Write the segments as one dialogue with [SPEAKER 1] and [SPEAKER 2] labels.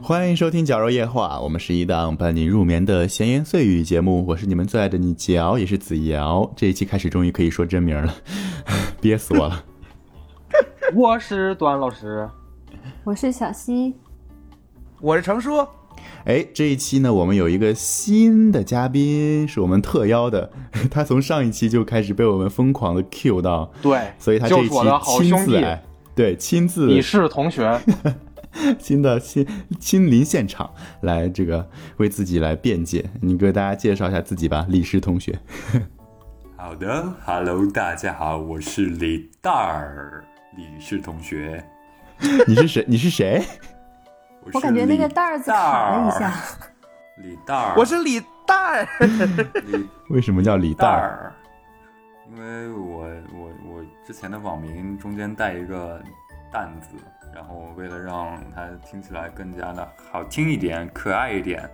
[SPEAKER 1] 欢迎收听《绞肉夜话》，我们是一档伴你入眠的闲言碎语节目，我是你们最爱的你嚼，也是子瑶。这一期开始终于可以说真名了， 憋死我了。
[SPEAKER 2] 我是段老师，
[SPEAKER 3] 我是小溪，
[SPEAKER 4] 我是程叔，
[SPEAKER 1] 哎，这一期呢，我们有一个新的嘉宾，是我们特邀的， 他从上一期就开始被我们疯狂的 Q 到，
[SPEAKER 2] 对，
[SPEAKER 1] 所以他这
[SPEAKER 2] 就
[SPEAKER 1] 一
[SPEAKER 2] 是我的好
[SPEAKER 1] 期亲
[SPEAKER 2] 兄
[SPEAKER 1] 自
[SPEAKER 2] 弟，
[SPEAKER 1] 来，对，亲自
[SPEAKER 2] 你是同学，
[SPEAKER 1] 亲的亲亲临现场来这个为自己来辩解。你给大家介绍一下自己吧，李师同学。
[SPEAKER 5] 好的，Hello，大家好，我是李蛋儿，李是同学。
[SPEAKER 1] 你是谁？你是谁？
[SPEAKER 5] 我
[SPEAKER 3] 我
[SPEAKER 5] 是
[SPEAKER 3] 感觉那
[SPEAKER 5] 李
[SPEAKER 3] 个袋儿字卡了一
[SPEAKER 5] 蛋
[SPEAKER 3] 下
[SPEAKER 5] 儿，，李蛋儿，
[SPEAKER 4] 我是李蛋儿。
[SPEAKER 5] 李
[SPEAKER 1] 为什么叫李蛋
[SPEAKER 5] 蛋
[SPEAKER 1] 儿？
[SPEAKER 5] 儿，因为我我我之前的网名中间带一个“蛋”字，然后为了让它听起来更加的好听一点、可爱一点，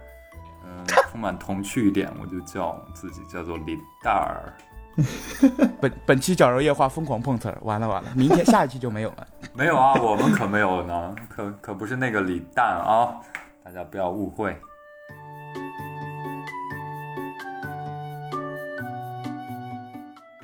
[SPEAKER 5] 嗯、充满童趣一点，我就叫自己叫做李蛋儿。
[SPEAKER 4] 本本期绞肉夜话疯狂碰瓷儿，完了完了，明天下一期就没有了。
[SPEAKER 5] 没有啊，我们可没有呢，可可不是那个李诞啊，大家不要误会。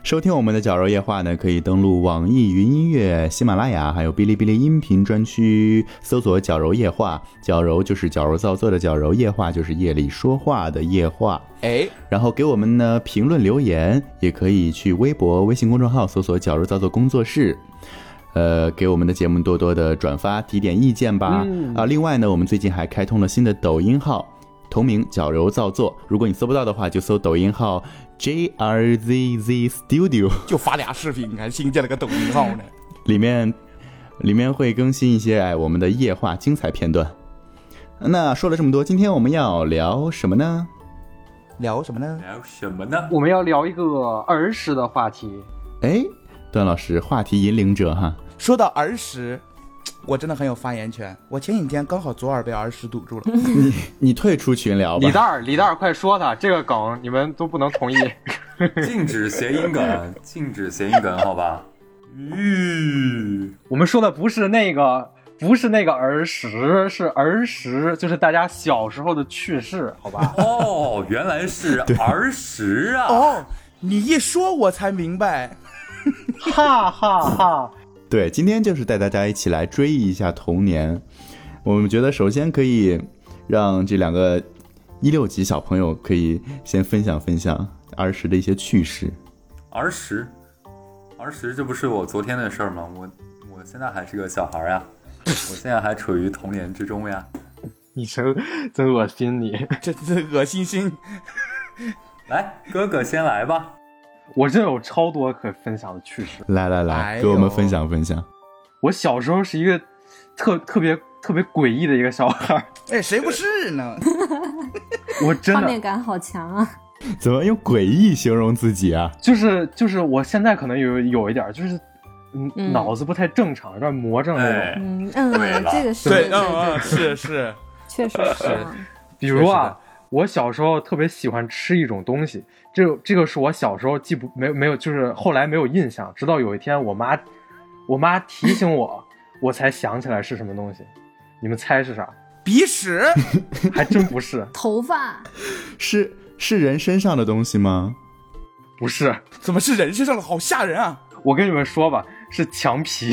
[SPEAKER 1] 收听我们的《绞肉夜话》呢，可以登录网易云音乐、喜马拉雅，还有哔哩哔哩音频专区，搜索“绞肉夜话”。绞肉就是矫揉造作的绞肉，夜话就是夜里说话的夜话。
[SPEAKER 4] 哎，
[SPEAKER 1] 然后给我们呢评论留言，也可以去微博、微信公众号搜索“绞肉造作工作室”。呃，给我们的节目多多的转发，提点意见吧。啊，另外呢，我们最近还开通了新的抖音号，同名“绞揉造作”。如果你搜不到的话，就搜抖音号 J R Z Z Studio，
[SPEAKER 4] 就发俩视频，你还新建了个抖音号呢。
[SPEAKER 1] 里面里面会更新一些哎我们的夜话精彩片段。那说了这么多，今天我们要聊什么呢？
[SPEAKER 4] 聊什么呢？
[SPEAKER 5] 聊哎什么呢？
[SPEAKER 2] 我们要聊一个儿时的话题。
[SPEAKER 1] 哎，段老师，话题引领者哈。
[SPEAKER 4] 说到儿时，我真的很有发言权。我前几天刚好左耳被儿时堵住了。
[SPEAKER 1] 你退出群聊吧。
[SPEAKER 2] 李蛋儿，李蛋儿，快说他这个梗，你们都不能同意。
[SPEAKER 5] 禁止谐音梗，禁止谐音梗，好吧？吁、
[SPEAKER 2] 我们说的不是那个，不是那个儿时，是儿时，就是大家小时候的趣事，好吧？
[SPEAKER 5] 哦，原来 是儿时啊！
[SPEAKER 4] 哦，你一说我才明白。
[SPEAKER 2] 哈哈哈！
[SPEAKER 1] 对，今天就是带大家一起来追忆一下童年。我们觉得首先可以让这两个一六级小朋友可以先分享分享儿时的一些趣事。
[SPEAKER 5] 儿时，儿时，这不是我昨天的事儿吗？我我现在还是个小孩儿呀，啊我现在还处于童年之中呀。
[SPEAKER 2] 你真真恶心你！
[SPEAKER 4] 这这恶心心，
[SPEAKER 5] 来，哥哥先来吧。
[SPEAKER 2] 我这有超多可分享的趣事。
[SPEAKER 1] 来来
[SPEAKER 4] 哎
[SPEAKER 1] 来，
[SPEAKER 4] 呦
[SPEAKER 1] 给我们分享分享。
[SPEAKER 2] 我小时候是一个特特别特别诡异的一个小孩儿，
[SPEAKER 4] 哎，谁不是呢？
[SPEAKER 2] 我真
[SPEAKER 3] 画
[SPEAKER 2] 的
[SPEAKER 3] 面感好强啊！
[SPEAKER 1] 怎么用诡异形容自己啊？
[SPEAKER 2] 就是就是我现在可能有有一点儿就是，嗯，
[SPEAKER 3] 嗯
[SPEAKER 2] 脑子不太正常，有点魔怔那种。
[SPEAKER 5] 哎，
[SPEAKER 3] 嗯嗯
[SPEAKER 5] 对了，
[SPEAKER 3] 这个是
[SPEAKER 4] 对，
[SPEAKER 3] 对
[SPEAKER 4] 嗯嗯，
[SPEAKER 3] 对，
[SPEAKER 4] 是是，
[SPEAKER 3] 确实是啊。
[SPEAKER 2] 比如
[SPEAKER 4] 确实的
[SPEAKER 2] 啊，我小时候特别喜欢吃一种东西，这这个是我小时候记不没有没有，就是后来没有印象，直到有一天我妈我妈提醒我，我才想起来是什么东西。你们猜是啥？
[SPEAKER 4] 鼻屎。
[SPEAKER 2] 还真不是，
[SPEAKER 3] 头发
[SPEAKER 1] 是是人身上的东西 吗？
[SPEAKER 2] 不是。
[SPEAKER 4] 怎么是人身上了？好吓人啊！
[SPEAKER 2] 我跟你们说吧，是墙皮。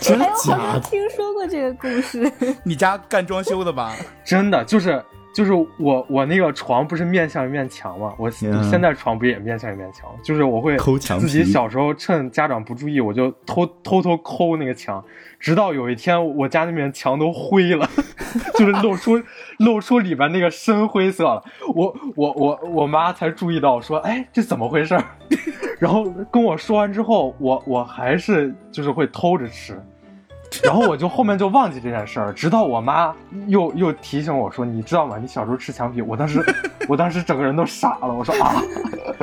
[SPEAKER 1] 真
[SPEAKER 3] 哎，我
[SPEAKER 1] 假
[SPEAKER 3] 好像
[SPEAKER 1] 的？
[SPEAKER 3] 听说过这个故事。
[SPEAKER 4] 你家干装修的吧？
[SPEAKER 2] 真的就是就是我我那个床不是面向一面墙吗？我
[SPEAKER 1] Yeah
[SPEAKER 2] 现在床不也面向一面墙？就是我会
[SPEAKER 1] 抠墙皮
[SPEAKER 2] 自己小时候趁家长不注意，我就偷偷偷抠那个墙，直到有一天我家那面墙都灰了， 就是露出露出里边那个深灰色了。我我我我妈才注意到说，哎，这怎么回事儿？ 然后跟我说完之后，我我还是就是会偷着吃，然后我就后面就忘记这件事儿，直到我妈又又提醒我说，你知道吗？你小时候吃墙皮，我当时我当时整个人都傻了，我说啊，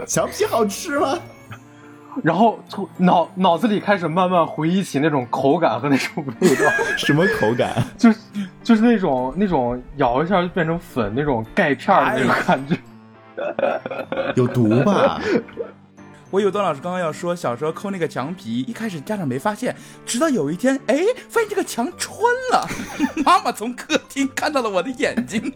[SPEAKER 1] 墙皮好吃吗？
[SPEAKER 2] 然后从脑脑子里开始慢慢回忆起那种口感和那种味道，
[SPEAKER 1] 什么口感？
[SPEAKER 2] 就是就是那种那种咬一下就变成粉哎那种钙片儿的那种感觉。
[SPEAKER 1] 有毒吧？
[SPEAKER 4] 我有段老师刚刚要说，小时候抠那个墙皮，一开始家长没发现，直到有一天，哎，发现这个墙穿了， 妈妈从客厅看到了我的眼睛。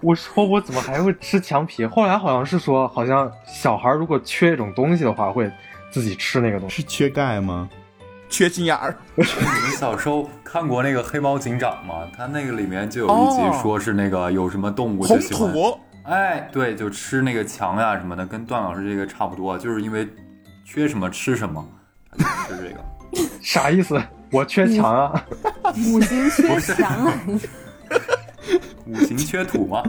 [SPEAKER 2] 我说我怎么还会吃墙皮？后来好像是说，好像小孩如果缺一种东西的话，会自己吃那个东
[SPEAKER 1] 是
[SPEAKER 2] 西。
[SPEAKER 1] 缺钙吗？
[SPEAKER 4] 缺心眼儿，
[SPEAKER 5] 你们小时候看过那个《黑猫警长》吗？他那个里面就有一集
[SPEAKER 4] 哦
[SPEAKER 5] 说是那个有什么动物就
[SPEAKER 4] 红
[SPEAKER 5] 喜欢，
[SPEAKER 4] 土，
[SPEAKER 5] 哎，对，就吃那个墙呀、什么的，跟段老师这个差不多，就是因为缺什么吃什么，他就吃 这个。
[SPEAKER 2] 啥意思？我缺墙啊！
[SPEAKER 3] 五行缺强啊！
[SPEAKER 5] 五行缺土 嘛，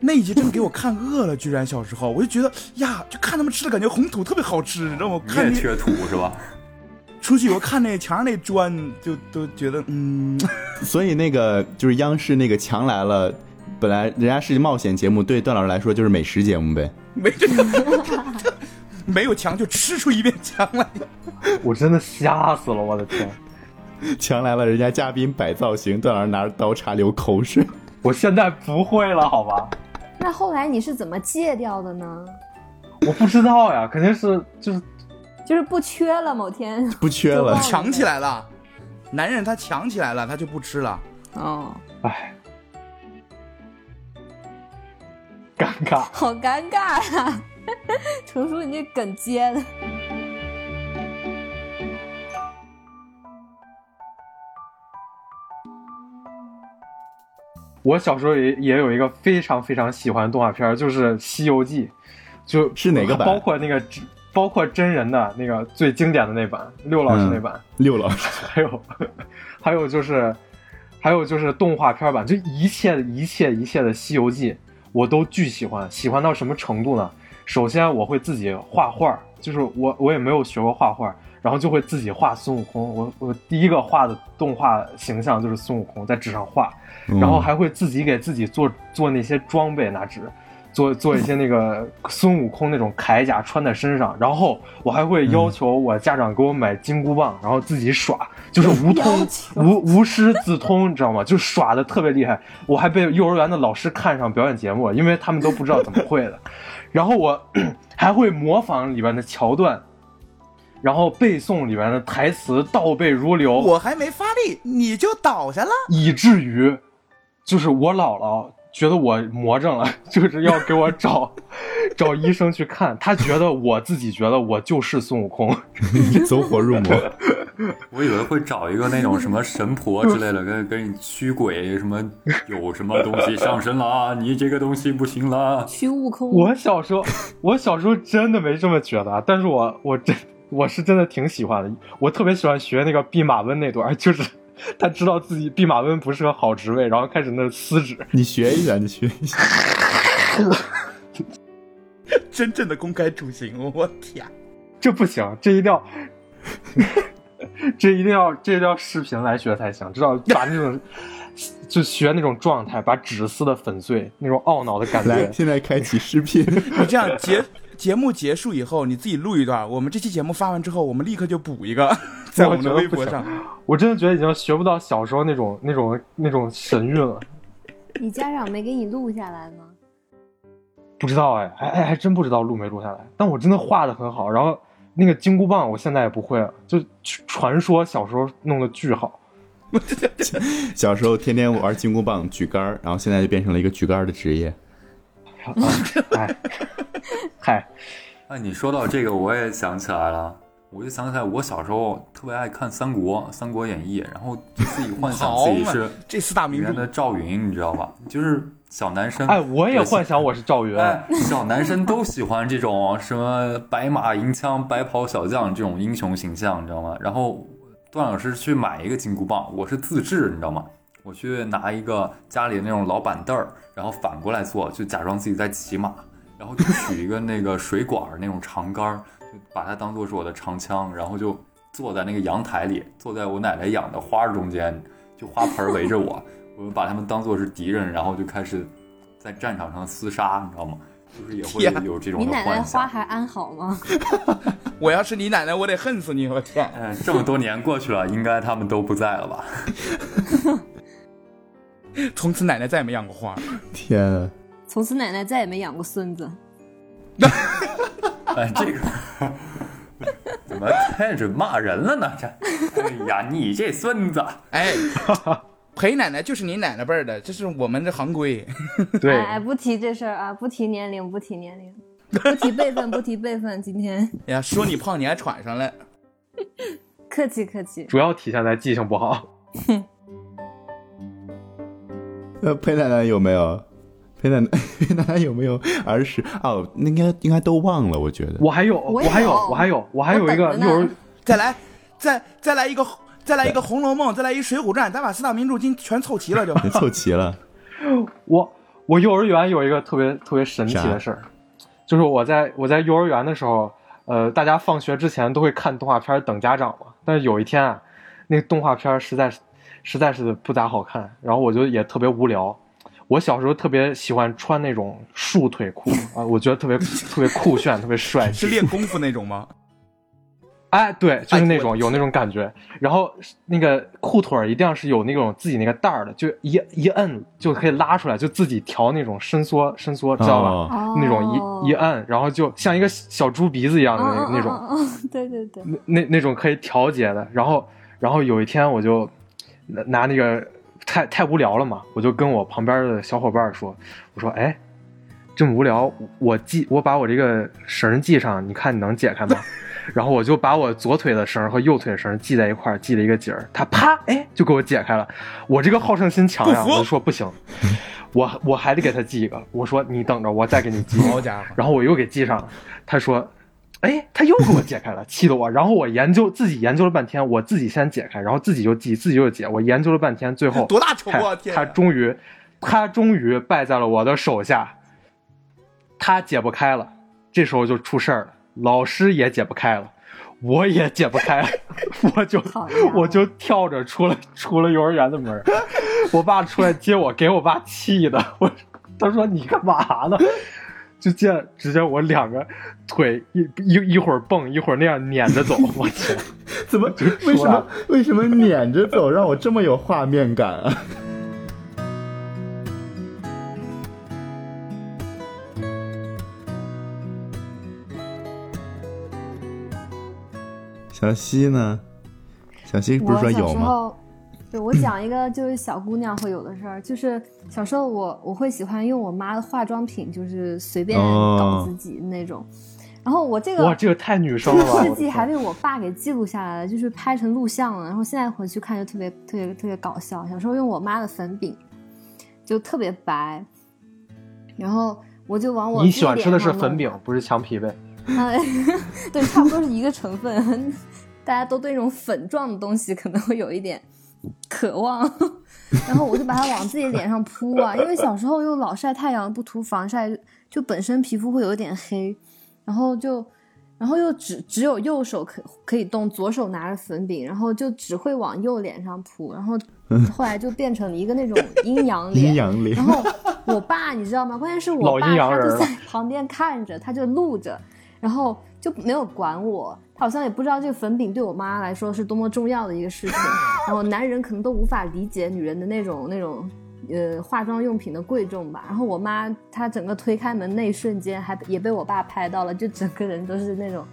[SPEAKER 4] 那一集真的给我看饿了，居然小时候我就觉得呀，就看他们吃的感觉红土特别好吃，你知道吗？
[SPEAKER 5] 你
[SPEAKER 4] 看
[SPEAKER 5] 也
[SPEAKER 4] 那
[SPEAKER 5] 缺土是吧？
[SPEAKER 4] 出去以后看那墙上那砖，就都觉得嗯，
[SPEAKER 1] 所以那个就是央视那个强来了，本来人家是冒险节目，对段老师来说就是美食节目呗。
[SPEAKER 4] 没这个， 没有墙就吃出一面墙来。
[SPEAKER 2] 我真的吓死了，我的天！
[SPEAKER 1] 强来了，人家嘉宾摆造型，段老师拿着刀叉流口水。
[SPEAKER 2] 我现在不会了，好吧？
[SPEAKER 3] 那后来你是怎么戒掉的呢？
[SPEAKER 2] 我不知道呀，肯定是就是
[SPEAKER 3] 就是不缺了，某天
[SPEAKER 1] 不缺了
[SPEAKER 3] 就忘，
[SPEAKER 4] 强起来了，男人他强起来了，他就不吃了。
[SPEAKER 3] 哦，
[SPEAKER 2] 哎，尴尬。
[SPEAKER 3] 好尴尬啊！ 程叔，你这梗接的，
[SPEAKER 2] 我小时候也也有一个非常非常喜欢的动画片儿，就是《西游记》，就是
[SPEAKER 1] 哪个版
[SPEAKER 2] 包括那个真包括真人的那个最经典的那版，六老师
[SPEAKER 1] 嗯
[SPEAKER 2] 那版，
[SPEAKER 1] 六老 师
[SPEAKER 2] 还有 还有就是还有就是动画片版，就一切一切一切的《西游记》，我都巨喜欢，喜欢到什么程度呢？首先我会自己画画儿，就是我我也没有学过画画儿，然后就会自己画孙悟空。我我第一个画的动画形象就是孙悟空，在纸上画，然
[SPEAKER 1] 嗯
[SPEAKER 2] 后还会自己给自己做做那些装备，拿纸做做一些那个孙悟空那种铠甲穿在身上，然后我还会要求我家长给我买金箍棒，然后自己耍，就是无通无无师自通，你知道吗？就耍的特别厉害，我还被幼儿园的老师看上表演节目，因为他们都不知道怎么会的，然后我 还会模仿里边的桥段。然后背诵里边的台词倒背如流，
[SPEAKER 4] 我还没发力，你就倒下了。
[SPEAKER 2] 以至于就是我姥姥觉得我魔怔了， 就是要给我找找医生去看。她觉得我自己觉得我就是孙悟空，
[SPEAKER 1] 嗯走火入魔，
[SPEAKER 5] 我以为会找一个那种什么神婆之类的，跟跟你驱鬼什么，有什么东西上身了啊？你这个东西不行了。
[SPEAKER 3] 虚悟空，
[SPEAKER 2] 我小时候，我小时候真的没这么觉得啊，但是我我真我是真的挺喜欢的，我特别喜欢学那个弼马温那段，就是 他知道自己弼马温不是个好职位，然后开始那撕纸，
[SPEAKER 1] 你学一下，你学一下。
[SPEAKER 4] 真正的公开处刑，我天！
[SPEAKER 2] 这不行，这一定要。 这一定要，这一定要视频来学才行。知道把那种，就学那种状态，把纸撕的粉碎，那种懊恼的感
[SPEAKER 1] 来，
[SPEAKER 2] 觉。
[SPEAKER 1] 现在开启视频。
[SPEAKER 4] 你这样节节目结束以后，你自己录一段，我们这期节目发完之后，我们立刻就补 一个，在我们的微博上。
[SPEAKER 2] 我真的觉得已经学不到小时候那种、那种、那种神韵了。
[SPEAKER 3] 你家长没给你录下来吗？
[SPEAKER 2] 不知道哎，还还还真不知道录没录下来。但我真的画的很好，然后那个金箍棒我现在也不会了，就传说小时候弄的巨好。
[SPEAKER 1] 小时候天天玩金箍棒、举杆儿，然后现在就变成了一个举杆儿的职业。
[SPEAKER 2] 哎，嗨，
[SPEAKER 5] 哎，你说到这个，我也想起来了，我就想起来我小时候特别爱看《三国》《三国演义》，然后就自己幻想
[SPEAKER 4] 好
[SPEAKER 5] 自己
[SPEAKER 4] 嘛
[SPEAKER 5] 是，
[SPEAKER 4] 这四大
[SPEAKER 5] 里
[SPEAKER 4] 名
[SPEAKER 5] 面的
[SPEAKER 4] 著，
[SPEAKER 5] 赵云，你知道吧？就是小男生。
[SPEAKER 2] 哎，我也幻想我是赵云。
[SPEAKER 5] 哎，小男生都喜欢这种什么白马银枪、白袍小将这种英雄形象，你知道吗？然后段老师去买一个金箍棒，我是自制，你知道吗？我去拿一个家里那种老板凳儿，然后反过来做，就假装自己在骑马，然后就取一个那个水管儿那种长杆儿，就把它当做是我的长枪，然后就坐在那个阳台里，坐在我奶奶养的花儿中间，就花盆儿围着我，我把他们当做是敌人，然后就开始在战场上厮杀，你知道吗？就是也
[SPEAKER 4] 天啊
[SPEAKER 5] 会有这
[SPEAKER 3] 你
[SPEAKER 5] 种的
[SPEAKER 3] 奶奶
[SPEAKER 5] 幻
[SPEAKER 3] 花
[SPEAKER 5] 想。
[SPEAKER 3] 还安好吗？
[SPEAKER 4] 我要是你奶奶，我得恨死你！我 天，
[SPEAKER 5] 嗯，这么多年过去了，应该他们都不在了吧？
[SPEAKER 4] 从此奶奶再也没养过花。
[SPEAKER 1] 天啊，
[SPEAKER 3] 从此奶奶再也没养过孙子。
[SPEAKER 5] 哎，这个怎么开始骂人了呢？这，哎呀，你这孙子！
[SPEAKER 4] 哎，裴奶奶就是你奶奶辈儿的，这是我们的行规。
[SPEAKER 2] 对，
[SPEAKER 3] 哎，不提这事儿啊，不提年龄，不提年龄，不提辈分，不提辈分。今天
[SPEAKER 4] 哎呀，说你胖你还喘上了。
[SPEAKER 3] 客气客气，
[SPEAKER 2] 主要体现在记性不好。
[SPEAKER 1] 呃，裴奶奶有没有？裴奶奶， 裴奶奶有没有儿时？哦，那应该应该都忘了，我觉得。
[SPEAKER 2] 我还有，
[SPEAKER 3] 我
[SPEAKER 2] 我
[SPEAKER 3] 有
[SPEAKER 2] 还有，我还有，我还有一
[SPEAKER 3] 我
[SPEAKER 2] 个
[SPEAKER 3] 等着
[SPEAKER 2] 幼儿
[SPEAKER 3] 呢，
[SPEAKER 4] 再来，再再来一个，再来一个《红楼梦》，再来一《水浒传》，咱把四大名著今全凑齐了就。
[SPEAKER 1] 凑齐了，
[SPEAKER 2] 我我幼儿园有一个特别特别神奇
[SPEAKER 1] 啥
[SPEAKER 2] 的事儿，就是我在我在幼儿园的时候，呃，大家放学之前都会看动画片儿等家长嘛。但是有一天啊，那个动画片儿实在是实在是不咋好看，然后我就也特别无聊。我小时候特别喜欢穿那种束腿裤啊，我觉得特别特别酷炫，特别帅气。
[SPEAKER 4] 是练功夫那种吗？
[SPEAKER 2] 哎，对，就是那种
[SPEAKER 4] 我
[SPEAKER 2] 有那种感觉。然后那个裤腿儿一定要是有那种自己那个带儿的，就一一摁就可以拉出来，就自己调那种伸缩伸缩，知道吧？
[SPEAKER 1] 哦
[SPEAKER 3] 哦
[SPEAKER 2] 那种一一摁，然后就像一个小猪鼻子一样的啊那个、那种，
[SPEAKER 3] 嗯，嗯嗯嗯对对对，
[SPEAKER 2] 那那那种可以调节的。然后然后有一天我就拿拿那个太太无聊了嘛，我就跟我旁边的小伙伴说，我说哎。这么无聊，我系我把我这个绳系上，你看你能解开吗？ 然后我就把我左腿的绳和右腿的绳系在一块儿，系了一个结儿，他啪哎就给我解开了。我这个好胜心强呀，
[SPEAKER 4] 不服
[SPEAKER 2] 我就说不行，我我还得给他系一个。我说你等着，我再给你系。
[SPEAKER 4] 好家伙，
[SPEAKER 2] 然后我又给系上了。他说，哎，他又给我解开了，气得我。然后我研究自己研究了半天，我自己先解开，然后自己就系，自己就解。我研究了半天，最后
[SPEAKER 4] 多大仇啊！
[SPEAKER 2] 他
[SPEAKER 4] 天
[SPEAKER 2] 他
[SPEAKER 4] 啊，
[SPEAKER 2] 终于，他终于败在了我的手下，他解不开了。这时候就出事儿了，老师也解不开了。我也解不开了，我就
[SPEAKER 3] 好呀
[SPEAKER 2] 我就跳着出了出了幼儿园的门儿，我爸出来接我，给我爸气的，我他说你干嘛呢？就见只见我两个腿一一一会儿蹦一会儿那样撵着走， 我天！
[SPEAKER 1] 怎么为什么为什么撵着走让我这么有画面感啊？ 小溪呢？小溪不
[SPEAKER 3] 我
[SPEAKER 1] 是说
[SPEAKER 3] 小
[SPEAKER 1] 有
[SPEAKER 3] 时
[SPEAKER 1] 吗？
[SPEAKER 3] 候，对我讲一个就是小姑娘会有的事儿，就是小时候我我会喜欢用我妈的化妆品，就是随便搞
[SPEAKER 1] 哦
[SPEAKER 3] 自己那种。然后我这个
[SPEAKER 2] 哇，这个太女
[SPEAKER 3] 这
[SPEAKER 2] 生
[SPEAKER 3] 个
[SPEAKER 2] 了吧！我
[SPEAKER 3] 事
[SPEAKER 2] 的
[SPEAKER 3] 迹
[SPEAKER 2] 天
[SPEAKER 3] 啊还被我爸给记录下来了，就是拍成录像了。然后现在回去看就特别特别特别搞笑。小时候用我妈的粉饼，就特别白，然后我就往我
[SPEAKER 2] 你
[SPEAKER 3] 自己
[SPEAKER 2] 喜欢吃的
[SPEAKER 3] 脸
[SPEAKER 2] 是
[SPEAKER 3] 上弄
[SPEAKER 2] 粉饼，不是墙皮呗？
[SPEAKER 3] 啊， 对，差不多是一个成分。 大家都对这种粉状的东西可能会有一点渴望， 然后我就把它往自己脸上扑啊，因为小时候又老晒太阳，不涂防晒，就本身皮肤会有一点黑，然后就，然后又只只有右手可可以动，左手拿着粉饼，然后就只会往右脸上扑，然后后来就变成了一个那种阴 阳脸，
[SPEAKER 1] 阴阳脸
[SPEAKER 3] 然后我爸你知道吗？关键是我
[SPEAKER 2] 老
[SPEAKER 3] 爸
[SPEAKER 2] 阴阳
[SPEAKER 3] 他
[SPEAKER 2] 人
[SPEAKER 3] 就
[SPEAKER 2] 了
[SPEAKER 3] 在 旁边看着，他就录着，然后就没有管我。他好像也不知道这个粉饼对我妈来说是多么重要的一个事情。然后男人可能都无法理解女人的那种那种。呃，化妆用品的贵重吧。然后我妈她整个推开门那一瞬间，还也被我爸拍到了，就整个人都是那种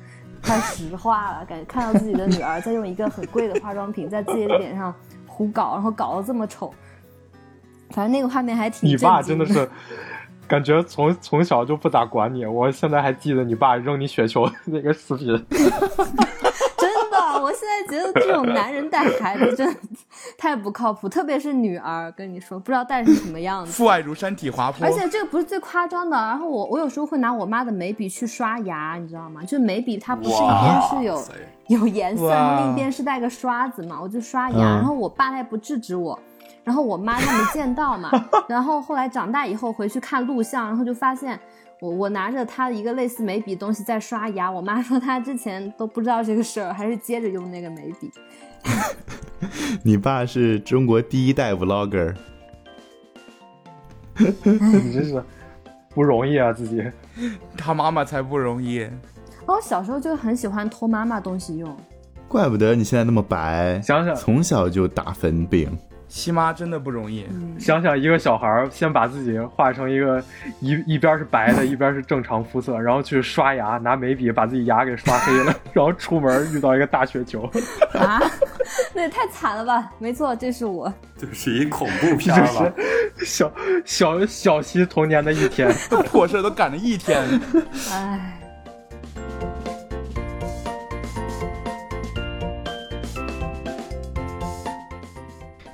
[SPEAKER 3] 快石化了，感觉看到自己的女儿在用一个很贵的化妆品在自己的脸上胡搞，然后搞得这么丑。反正那个画面还挺
[SPEAKER 2] 你
[SPEAKER 3] 震
[SPEAKER 2] 爸
[SPEAKER 3] 惊
[SPEAKER 2] 真的是，感觉从从小就不咋管你。我现在还记得你爸扔你雪球的那个视频，
[SPEAKER 3] 真的，我现在觉得这种男人带孩子真的太不靠谱，特别是女儿，跟你说不知道带成什么样子。
[SPEAKER 4] 父爱如山，体滑坡
[SPEAKER 3] 而。且这个不是最夸张的，然后我我有时候会拿我妈的眉笔去刷牙，你知道吗？就眉笔它不是一边
[SPEAKER 5] 哇
[SPEAKER 3] 是有
[SPEAKER 5] 塞
[SPEAKER 3] 有颜色，然后
[SPEAKER 4] 哇
[SPEAKER 3] 另一边是带个刷子嘛，我就刷牙，
[SPEAKER 1] 嗯
[SPEAKER 3] 然后我爸他也不制止我。然后我妈她没见 到嘛，然后后来长大以后回去看录像，然后就发现我我拿着她的一个类似眉笔东西在刷牙，我妈说她之前都不知道这个事儿，还是接着用那个眉笔。
[SPEAKER 1] 你爸是中国第一代 vlogger，
[SPEAKER 2] 你真是不容易啊自己。
[SPEAKER 3] 嗯
[SPEAKER 4] 他妈妈才不容易。
[SPEAKER 3] 然后哦小时候就很喜欢偷妈妈东西用，
[SPEAKER 1] 怪不得你现在那么白，
[SPEAKER 2] 想想
[SPEAKER 1] 从小就打粉饼，
[SPEAKER 4] 西妈真的不容易。
[SPEAKER 2] 想想一个小孩儿先把自己画成一个一一边是白的，一边是正常肤色，然后去刷牙，拿眉笔把自己牙给刷黑 了，然后出门遇到一个大雪球，
[SPEAKER 3] 啊， 那也太惨了吧？没错，这是我。
[SPEAKER 5] 就是一恐怖片儿吧？
[SPEAKER 2] 小小小溪童年的一 天。
[SPEAKER 4] 这 破事儿都赶了一天，
[SPEAKER 3] 唉，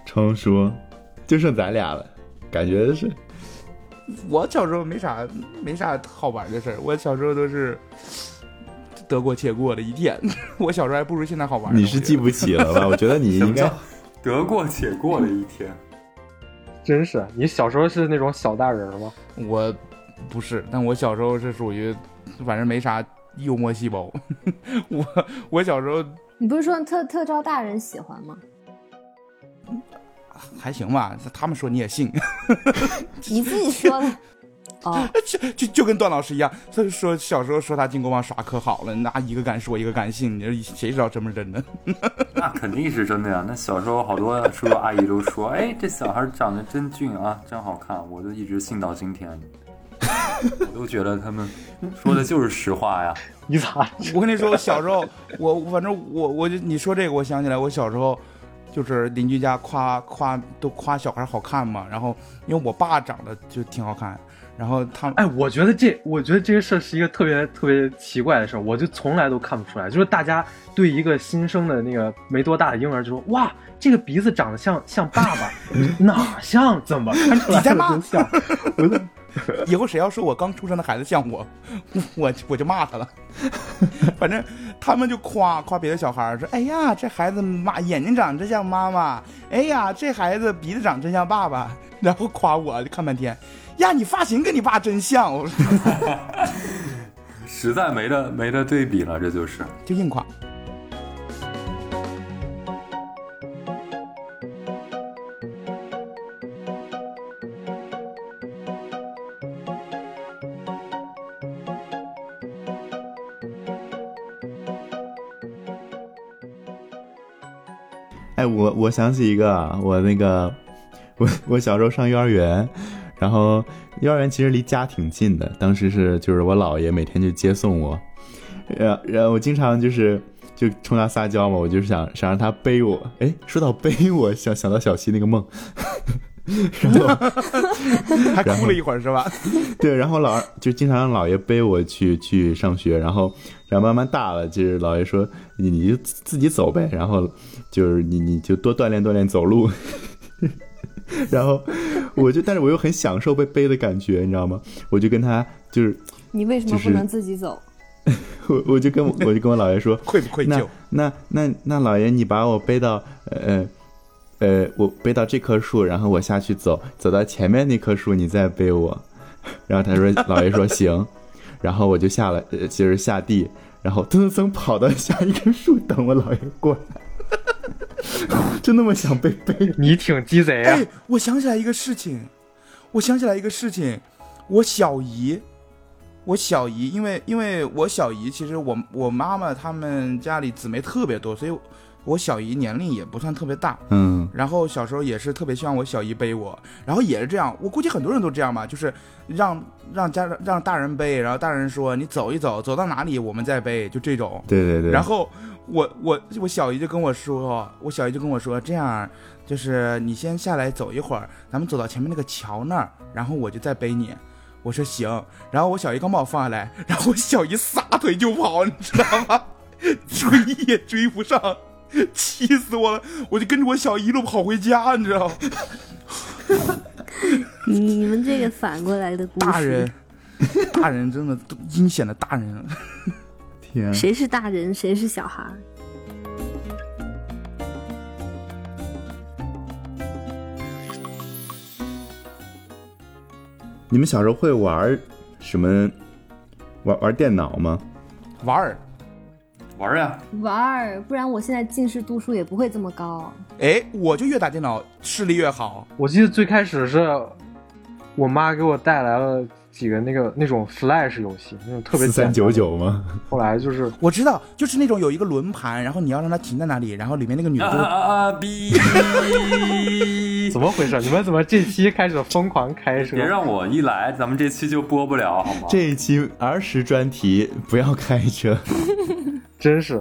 [SPEAKER 1] 超说，就剩咱俩了，感觉是
[SPEAKER 4] 我小时候没啥没啥好玩的事儿，我小时候都是得过且过的一天。 我小时候还不如现在好玩呢。
[SPEAKER 1] 你是
[SPEAKER 4] 我觉
[SPEAKER 1] 记
[SPEAKER 4] 得
[SPEAKER 1] 不起了吧？我觉得你
[SPEAKER 5] 什
[SPEAKER 1] 应
[SPEAKER 5] 么
[SPEAKER 1] 该
[SPEAKER 5] 叫得过且过的一天？
[SPEAKER 2] 真是，你小时候是那种小大人吗？
[SPEAKER 4] 我不是，但我小时候是属于，反正没啥幽默细胞。 我我小时候
[SPEAKER 3] 你不是说特特招大人喜欢吗？
[SPEAKER 4] 还行吧，他们说你也信，
[SPEAKER 3] 你自己 说的。哦，
[SPEAKER 4] 就就就跟段老师一样，他就说小时候说他进国贸耍可好了，那一个敢说一个敢信，你说谁知道真不真的？
[SPEAKER 5] 那肯定是真的呀！那小时候好多叔叔阿姨都说：“哎，这小孩长得真俊啊，真好看。”我就一直信到今天，我都觉得他们说的就是实话呀。
[SPEAKER 2] 你咋？
[SPEAKER 4] 我跟你说，我小时候，我我反正我我就你说这个，我想起来，我小时候就是邻居家夸夸都夸小孩好看嘛，然后因为我爸长得就挺好看，然后他
[SPEAKER 2] 哎，我觉得这，我觉得这个事儿是一个特别特别奇怪的事儿，我就从来都看不出来。就是大家对一个新生的那个没多大的婴儿就说：“哇，这个鼻子长得像像爸 爸，哪像？怎么看出来
[SPEAKER 4] 你在骂
[SPEAKER 2] 了真 像？”我就
[SPEAKER 4] 以后谁要说我刚出生的孩子像我， 我我就骂他了。 反正他们就夸夸别的小孩儿说：“哎呀，这孩子妈眼睛长得真像妈妈，哎呀，这孩子鼻子长得真像爸爸。” 然后夸我就看半天，呀，你发型跟你爸真像， 我说
[SPEAKER 5] 实在没得没得对比了，这就是
[SPEAKER 4] 就硬夸。
[SPEAKER 1] 哎，我我想起一个啊，我那个我我小时候上幼儿园，然后幼儿园其实离家挺近的，当时是就是我姥爷每天就接送我，然然后我经常就是就冲他撒娇嘛，我就是想想让他背我。哎，说到背我，想想到小溪那个梦， 然后
[SPEAKER 4] 还哭了一会儿是吧？
[SPEAKER 1] 对，然后老就经常让姥爷背我去去上学，然后然后慢慢大了，就是姥爷说你你就自自己走呗，然后就是你你就多锻炼锻炼走路， 然后我就但是我又很享受被背的感觉，你知道吗？我就跟他就是
[SPEAKER 3] 你为什么
[SPEAKER 1] 就是
[SPEAKER 3] 不能自己走？
[SPEAKER 1] 我我就跟我我就跟我姥爷说，
[SPEAKER 4] 愧不愧
[SPEAKER 1] 那
[SPEAKER 4] 疚？
[SPEAKER 1] 那那那老爷，你把我背到呃呃，我背到这棵树，然后我下去走，走到前面那棵树，你再背我。 然后他说，老爷说行，然后我就下了，呃，就是下地，然后蹭蹭蹭跑到下一棵树等我姥爷过来， 就那么想被背。
[SPEAKER 2] 你挺鸡贼啊！
[SPEAKER 4] 哎，我想起来一个事情，我想起来一个事情，我小姨，我小姨，因为因为我小姨，其实我我妈妈他们家里姊妹特别多，所以我我小姨年龄也不算特别大。
[SPEAKER 1] 嗯，
[SPEAKER 4] 然后小时候也是特别希望我小姨背我，然后也是这样，我估计很多人都这样吧，就是让让家让大人背，然后大人说你走一走，走到哪里我们再背，就这种。
[SPEAKER 1] 对对对。
[SPEAKER 4] 然后我我我小姨就跟我说，我小姨就跟我说，这样就是你先下来走一会儿，咱们走到前面那个桥那儿，然后我就再背你。我说行，然后我小姨刚把我放下来，然后我小姨撒腿就跑，你知道吗？ 追也追不上，气死我了！我就跟着我小姨一路跑回家，你知道吗？
[SPEAKER 3] 你们这个反过来的故事，
[SPEAKER 4] 大人， 大人真的都阴险的大人，
[SPEAKER 1] 天，啊
[SPEAKER 3] 谁是大人，谁是小孩儿？
[SPEAKER 1] 你们小时候会玩什么？玩玩电脑吗？
[SPEAKER 4] 玩儿。
[SPEAKER 5] 玩儿呀，
[SPEAKER 3] 玩儿，不然我现在近视度数也不会这么高。
[SPEAKER 4] 哎，我就越打电脑视力越好，
[SPEAKER 2] 我记得最开始是我妈给我带来了几个那个那种 Flash 游戏，那种特
[SPEAKER 1] 四
[SPEAKER 2] 别简单
[SPEAKER 1] 三
[SPEAKER 2] 的
[SPEAKER 1] 九。九吗？
[SPEAKER 2] 后来就是
[SPEAKER 4] 我知道，就是那种有一个轮盘，然后你要让它停在哪里，然后里面那个女的
[SPEAKER 5] 啊
[SPEAKER 4] 就
[SPEAKER 5] 啊啊！逼！期
[SPEAKER 2] 怎么回事？你们怎么这期开始疯狂开车
[SPEAKER 5] 别？让我一来，咱们这期就播不了，好
[SPEAKER 2] 哦
[SPEAKER 5] 吗？
[SPEAKER 1] 这一期儿时专题，不要开车。
[SPEAKER 2] 真是，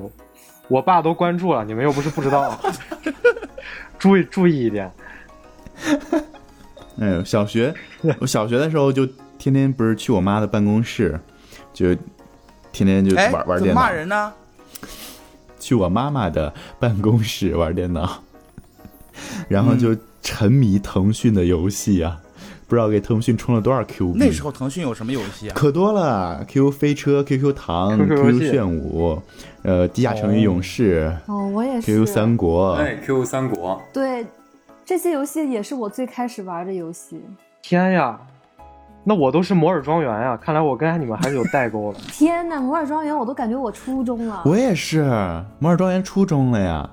[SPEAKER 2] 我爸都关注了，你们又不是不知道。 注意注意一点，
[SPEAKER 1] 哎呦，小 学我小学的时候就天天不是去我妈的办公室，就天天就
[SPEAKER 4] 哎，
[SPEAKER 1] 玩玩
[SPEAKER 4] 怎么
[SPEAKER 1] 电脑
[SPEAKER 4] 骂，人呢？
[SPEAKER 1] 去我妈妈的办公室玩电脑， 然后就沉迷腾讯的游戏啊，不知道给腾讯充了多少 Q 币。
[SPEAKER 4] 那时候腾讯有什么游戏啊？
[SPEAKER 1] 可多了，Q 飞车、QQ 糖、
[SPEAKER 2] QQ 游
[SPEAKER 1] QQ
[SPEAKER 2] 戏
[SPEAKER 1] 炫舞，呃，地下城与勇士、
[SPEAKER 3] 哦，我也是。
[SPEAKER 1] QQ 三国，
[SPEAKER 5] 哎，Q 三国，
[SPEAKER 3] 对，这些游戏也是我最开始玩的游戏。
[SPEAKER 2] 天呀！那我都是摩尔庄园呀、看来我跟你们还是有代沟的。
[SPEAKER 3] 天呐，摩尔庄园我都感觉我初中了。
[SPEAKER 1] 我也是，摩尔庄园初中了呀。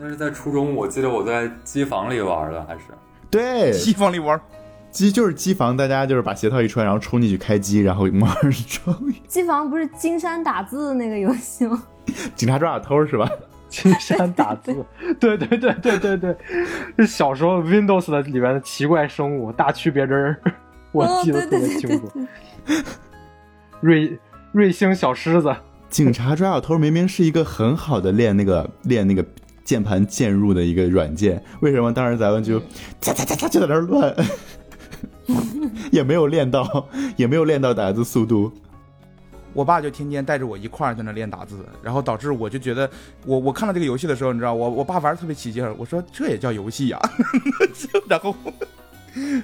[SPEAKER 5] 那是在初中，我记得我在机房里玩的，还是
[SPEAKER 1] 对，
[SPEAKER 4] 西方里玩，
[SPEAKER 1] 机就是机房，大家就是把鞋套一穿，然后冲进去开机，然后摩尔庄园
[SPEAKER 3] 机房不是金山打字那个游戏吗？
[SPEAKER 1] 警察抓小偷是吧？
[SPEAKER 2] 金山打字，对对对对对对，是小时候 Windows 的里边的奇怪生物大区别针儿，我
[SPEAKER 3] 哦
[SPEAKER 2] 记得特
[SPEAKER 3] 对
[SPEAKER 2] 别
[SPEAKER 3] 对
[SPEAKER 2] 清
[SPEAKER 3] 对
[SPEAKER 2] 楚。瑞瑞星小狮子，
[SPEAKER 1] 警察抓小偷明明是一个很好的练那个练那个键盘键入的一个软件，为什么当时咱们就嚓嚓嚓嚓就在那儿乱， 也没有练到，也没有练到打字速度。
[SPEAKER 4] 我爸就天天带着我一块儿在那练打字，然后导致我就觉得，我我看到这个游戏的时候，你知道，我我爸玩的特别起劲儿，我说这也叫游戏呀、 然后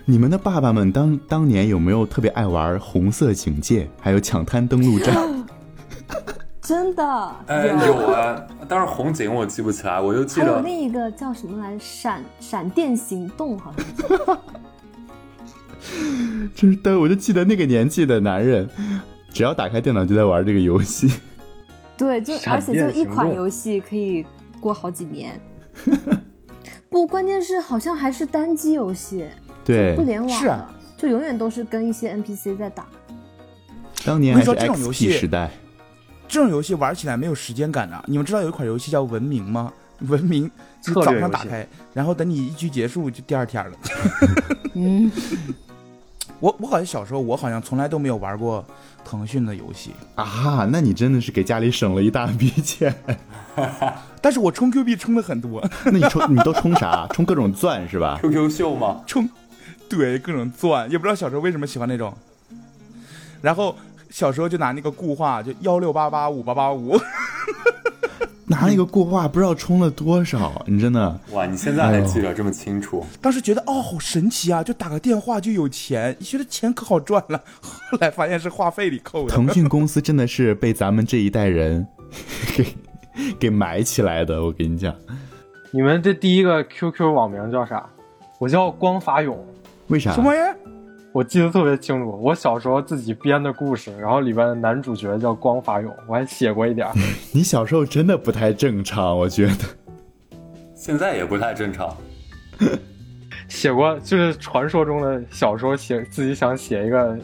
[SPEAKER 1] 你们的爸爸们当当年有没有特别爱玩红色警戒，还有抢滩登陆战？
[SPEAKER 3] 真的。
[SPEAKER 5] 哎有啊，但是红警我记不起来，我就记
[SPEAKER 3] 还有
[SPEAKER 5] 得
[SPEAKER 3] 另一个叫什么来着？闪闪电行动好像。
[SPEAKER 1] 就是，但我就记得那个年纪的男人，只要打开电脑就在玩这个游戏。
[SPEAKER 3] 对，就
[SPEAKER 2] 闪
[SPEAKER 3] 而且
[SPEAKER 2] 电
[SPEAKER 3] 就一
[SPEAKER 2] 行
[SPEAKER 3] 款
[SPEAKER 2] 动
[SPEAKER 3] 游戏可以过好几年。不，关键是好像还是单机游戏，
[SPEAKER 1] 对
[SPEAKER 3] 不，联网
[SPEAKER 4] 是啊
[SPEAKER 3] 的，就永远都是跟一些 NPC 在打。
[SPEAKER 1] 当年
[SPEAKER 4] 我
[SPEAKER 1] 还
[SPEAKER 4] 跟你
[SPEAKER 1] 是
[SPEAKER 4] 说这种游
[SPEAKER 1] XP
[SPEAKER 4] 戏
[SPEAKER 1] 时代，
[SPEAKER 4] 这种游戏玩起来没有时间感的。啊你们知道有一款游戏叫《文明》吗？ 文明就
[SPEAKER 2] 策略
[SPEAKER 4] 早
[SPEAKER 2] 游
[SPEAKER 4] 上
[SPEAKER 2] 戏
[SPEAKER 4] 打开，然后等你一局结束就第二天了。
[SPEAKER 3] 嗯，
[SPEAKER 4] 我我好像小时候我好像从来都没有玩过腾讯的游戏，
[SPEAKER 1] 啊，那你真的是给家里省了一大笔钱。
[SPEAKER 4] 但是我充 Q 币充的很多，
[SPEAKER 1] 那你充你都充啥？充各种钻是吧？
[SPEAKER 5] QQ 秀吗？
[SPEAKER 4] 充，对各种钻，也不知道小时候为什么喜欢那种。然后小时候就拿那个固话，就幺六八八五八八五，
[SPEAKER 1] 拿那个固话不知道充了多少，你真的
[SPEAKER 5] 哇，你现在还
[SPEAKER 1] 哎
[SPEAKER 5] 记得这么清楚？
[SPEAKER 4] 当时觉得哦好神奇啊，就打个电话就有钱，觉得钱可好赚了。 后来发现是话费里扣的。
[SPEAKER 1] 腾讯公司真的是被咱们这一代人 给给埋起来的。我跟你讲，
[SPEAKER 2] 你们这第一个 QQ 网名叫啥？我叫光法勇，
[SPEAKER 1] 为啥
[SPEAKER 4] 什？么玩意儿？
[SPEAKER 2] 我记得特别清楚，我小时候自己编的故事，然后里边的男主角叫光法勇，我还写过一点儿。
[SPEAKER 1] 你小时候真的不太正常，我觉得。
[SPEAKER 5] 现在也不太正常。
[SPEAKER 2] 写过，就是传说中的小时候写自己想写一个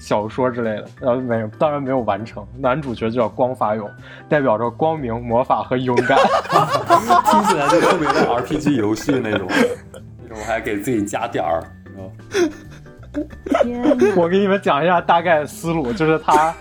[SPEAKER 2] 小说之类的，然后没有，当然没有完成。男主角就叫光法勇，代表着光明、魔法和勇敢。
[SPEAKER 5] 听起来就特别像 RPG 游戏那种，那种还给自己加点儿。你知道吗
[SPEAKER 3] 天哪！
[SPEAKER 2] 我给你们讲一下大概思路，就是他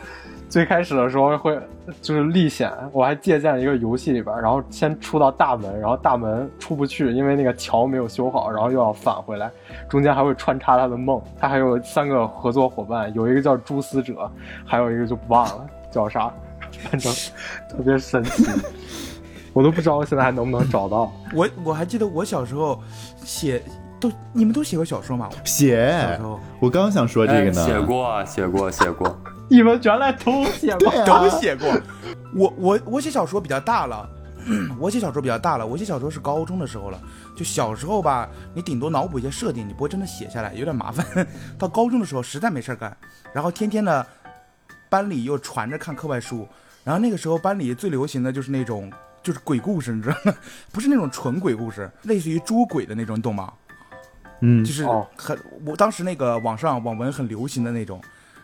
[SPEAKER 2] 最开始的时候会就是历险，我还借鉴了一个游戏里边，然后先出到大门，然后大门出不去，因为那个桥没有修好，然后又要返回来，中间还会穿插他的梦。他还有三个合作伙伴，有一个叫蛛丝者，还有一个就不忘了叫啥， 反正特别神奇，我都不知道我现在还能不能找 到。
[SPEAKER 4] 我我还记得我小时候写都你们都写过小说吗？小
[SPEAKER 1] 写
[SPEAKER 4] 时，候
[SPEAKER 1] 我刚想说这个
[SPEAKER 5] 哎写
[SPEAKER 1] 呢。
[SPEAKER 5] 过啊，写过，写过。
[SPEAKER 2] 你们原来都写过
[SPEAKER 1] 对啊
[SPEAKER 4] 都，写过。 我我我写小说比较大了，我写小说比较大了。我写小说是高中的时候了，就小时候吧，你顶多脑补一些设定，你不会真的写下来，有点麻烦。 到高中的时候实在没事儿干，然后天天的班里又传着看课外书，然后那个时候班里最流行的就是那种就是鬼故事，你知道吗？ 不是那种纯鬼故事，类似于捉鬼的那种，你懂吗？
[SPEAKER 1] 嗯
[SPEAKER 4] 就，是
[SPEAKER 2] 哦
[SPEAKER 4] 很，我当时那个网上网文很流行的那种，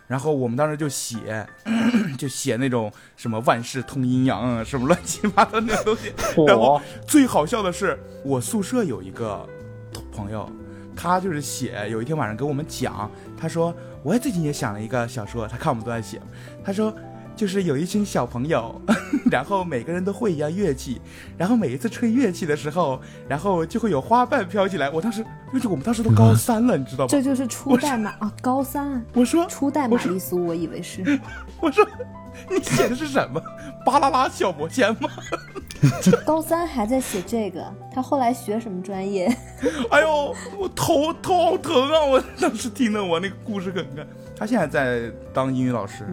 [SPEAKER 4] 然后我们当时就写， 就写那种什么万事通阴阳，啊什么
[SPEAKER 2] 哦
[SPEAKER 4] 乱七八糟那种东西。然后
[SPEAKER 2] 火，
[SPEAKER 4] 最好笑的是，我宿舍有一个同朋友，他就是写，有一天晚上跟我们讲，他说我最近也想了一个小说，他看我们都在写，他说就是有一群小朋友， 然后每个人都会一样乐器，然后每一次吹乐器的时候，然后就会有花瓣飘起来。我当时，因为我们当时都高三了，你知道吗
[SPEAKER 3] 这？就是初代马啊，高三
[SPEAKER 4] 我说
[SPEAKER 3] 初代
[SPEAKER 4] 我
[SPEAKER 3] 玛
[SPEAKER 4] 说
[SPEAKER 3] 丽苏，我以为是。
[SPEAKER 4] 我说你写的是什么？巴啦啦小魔仙吗？
[SPEAKER 3] 高三还在写这个，他后来学什么专业？
[SPEAKER 4] 哎呦，我头头好疼啊！我当时听的我那个故事梗概，他现在在当英语老师。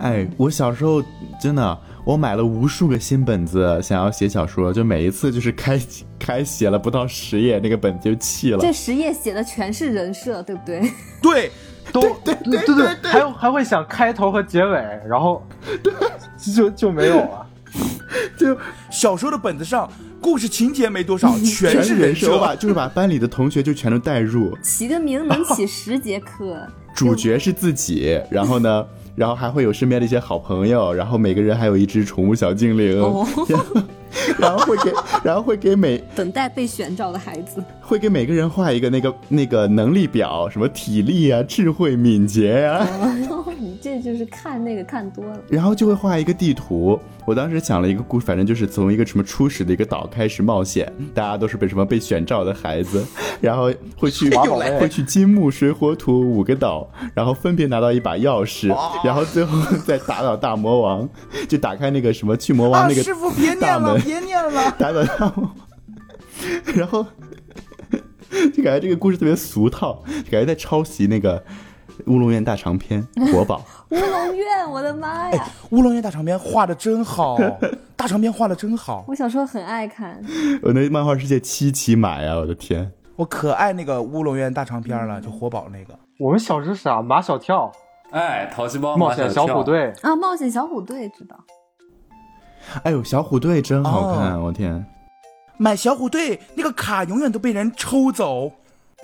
[SPEAKER 1] 哎，我小时候真的，我买了无数个新本子，想要写小说，就每一次就是开 开写了不到十页，那个本子就弃了。
[SPEAKER 3] 这实业写的全是人设，对不对？
[SPEAKER 4] 对，
[SPEAKER 2] 都对对对对，还有还会想开头和结尾，然后 就就没有啊了。
[SPEAKER 4] 小说的本子上故事情节没多 少，全是人
[SPEAKER 1] 设
[SPEAKER 4] 设。
[SPEAKER 1] 吧，就是把班里的同学就全都带 入，
[SPEAKER 3] 起个名能起十节课，
[SPEAKER 1] 主角是自己，然后呢，然后还会有身边的一些好朋友，然后每个人还有一只宠物小精灵，
[SPEAKER 3] 哦
[SPEAKER 1] 然后 然后会给，然后会给每
[SPEAKER 3] 等待被选召的孩子。
[SPEAKER 1] 会给每个人画一个那个那个能力表，什么体力啊、智慧、敏捷啊，
[SPEAKER 3] 你这就是看那个看多了。
[SPEAKER 1] 然后就会画一个地图。我当时想了一个故事，反正就是从一个什么初始的一个岛开始冒险，大家都是被什么被选召的孩 子，然后会去
[SPEAKER 2] 又来
[SPEAKER 1] 会去金木水火土五个岛，然后分别拿到一把钥匙，
[SPEAKER 4] 哦
[SPEAKER 1] 然后最后再打倒大魔王，就打开那个什么驱魔王
[SPEAKER 4] 啊，
[SPEAKER 1] 那个
[SPEAKER 4] 师傅别
[SPEAKER 1] 大
[SPEAKER 4] 念了，
[SPEAKER 1] 门，
[SPEAKER 4] 别念 了。
[SPEAKER 1] 打倒大魔王，然后就感觉这个故事特别俗套，就感觉在抄袭那个《乌龙院大长篇》国宝。
[SPEAKER 3] 乌龙院，我的妈呀！
[SPEAKER 4] 哎乌龙院大长篇画的真 好，大长篇画的真好。
[SPEAKER 3] 我小时候很爱看，
[SPEAKER 1] 我那漫画世界七期买啊呀、我的天！
[SPEAKER 4] 我可爱那个乌龙院大长篇
[SPEAKER 1] 嗯
[SPEAKER 4] 了，就活宝那个。
[SPEAKER 2] 我们小时候是啥？马小跳、
[SPEAKER 5] 哎，淘气包
[SPEAKER 2] 冒险
[SPEAKER 5] 小
[SPEAKER 2] 小虎， 队，
[SPEAKER 3] 啊，《冒险小虎队》知道，
[SPEAKER 1] 哎呦，小虎队真好看，我天！
[SPEAKER 4] 买小虎队那个卡永远都被人抽走，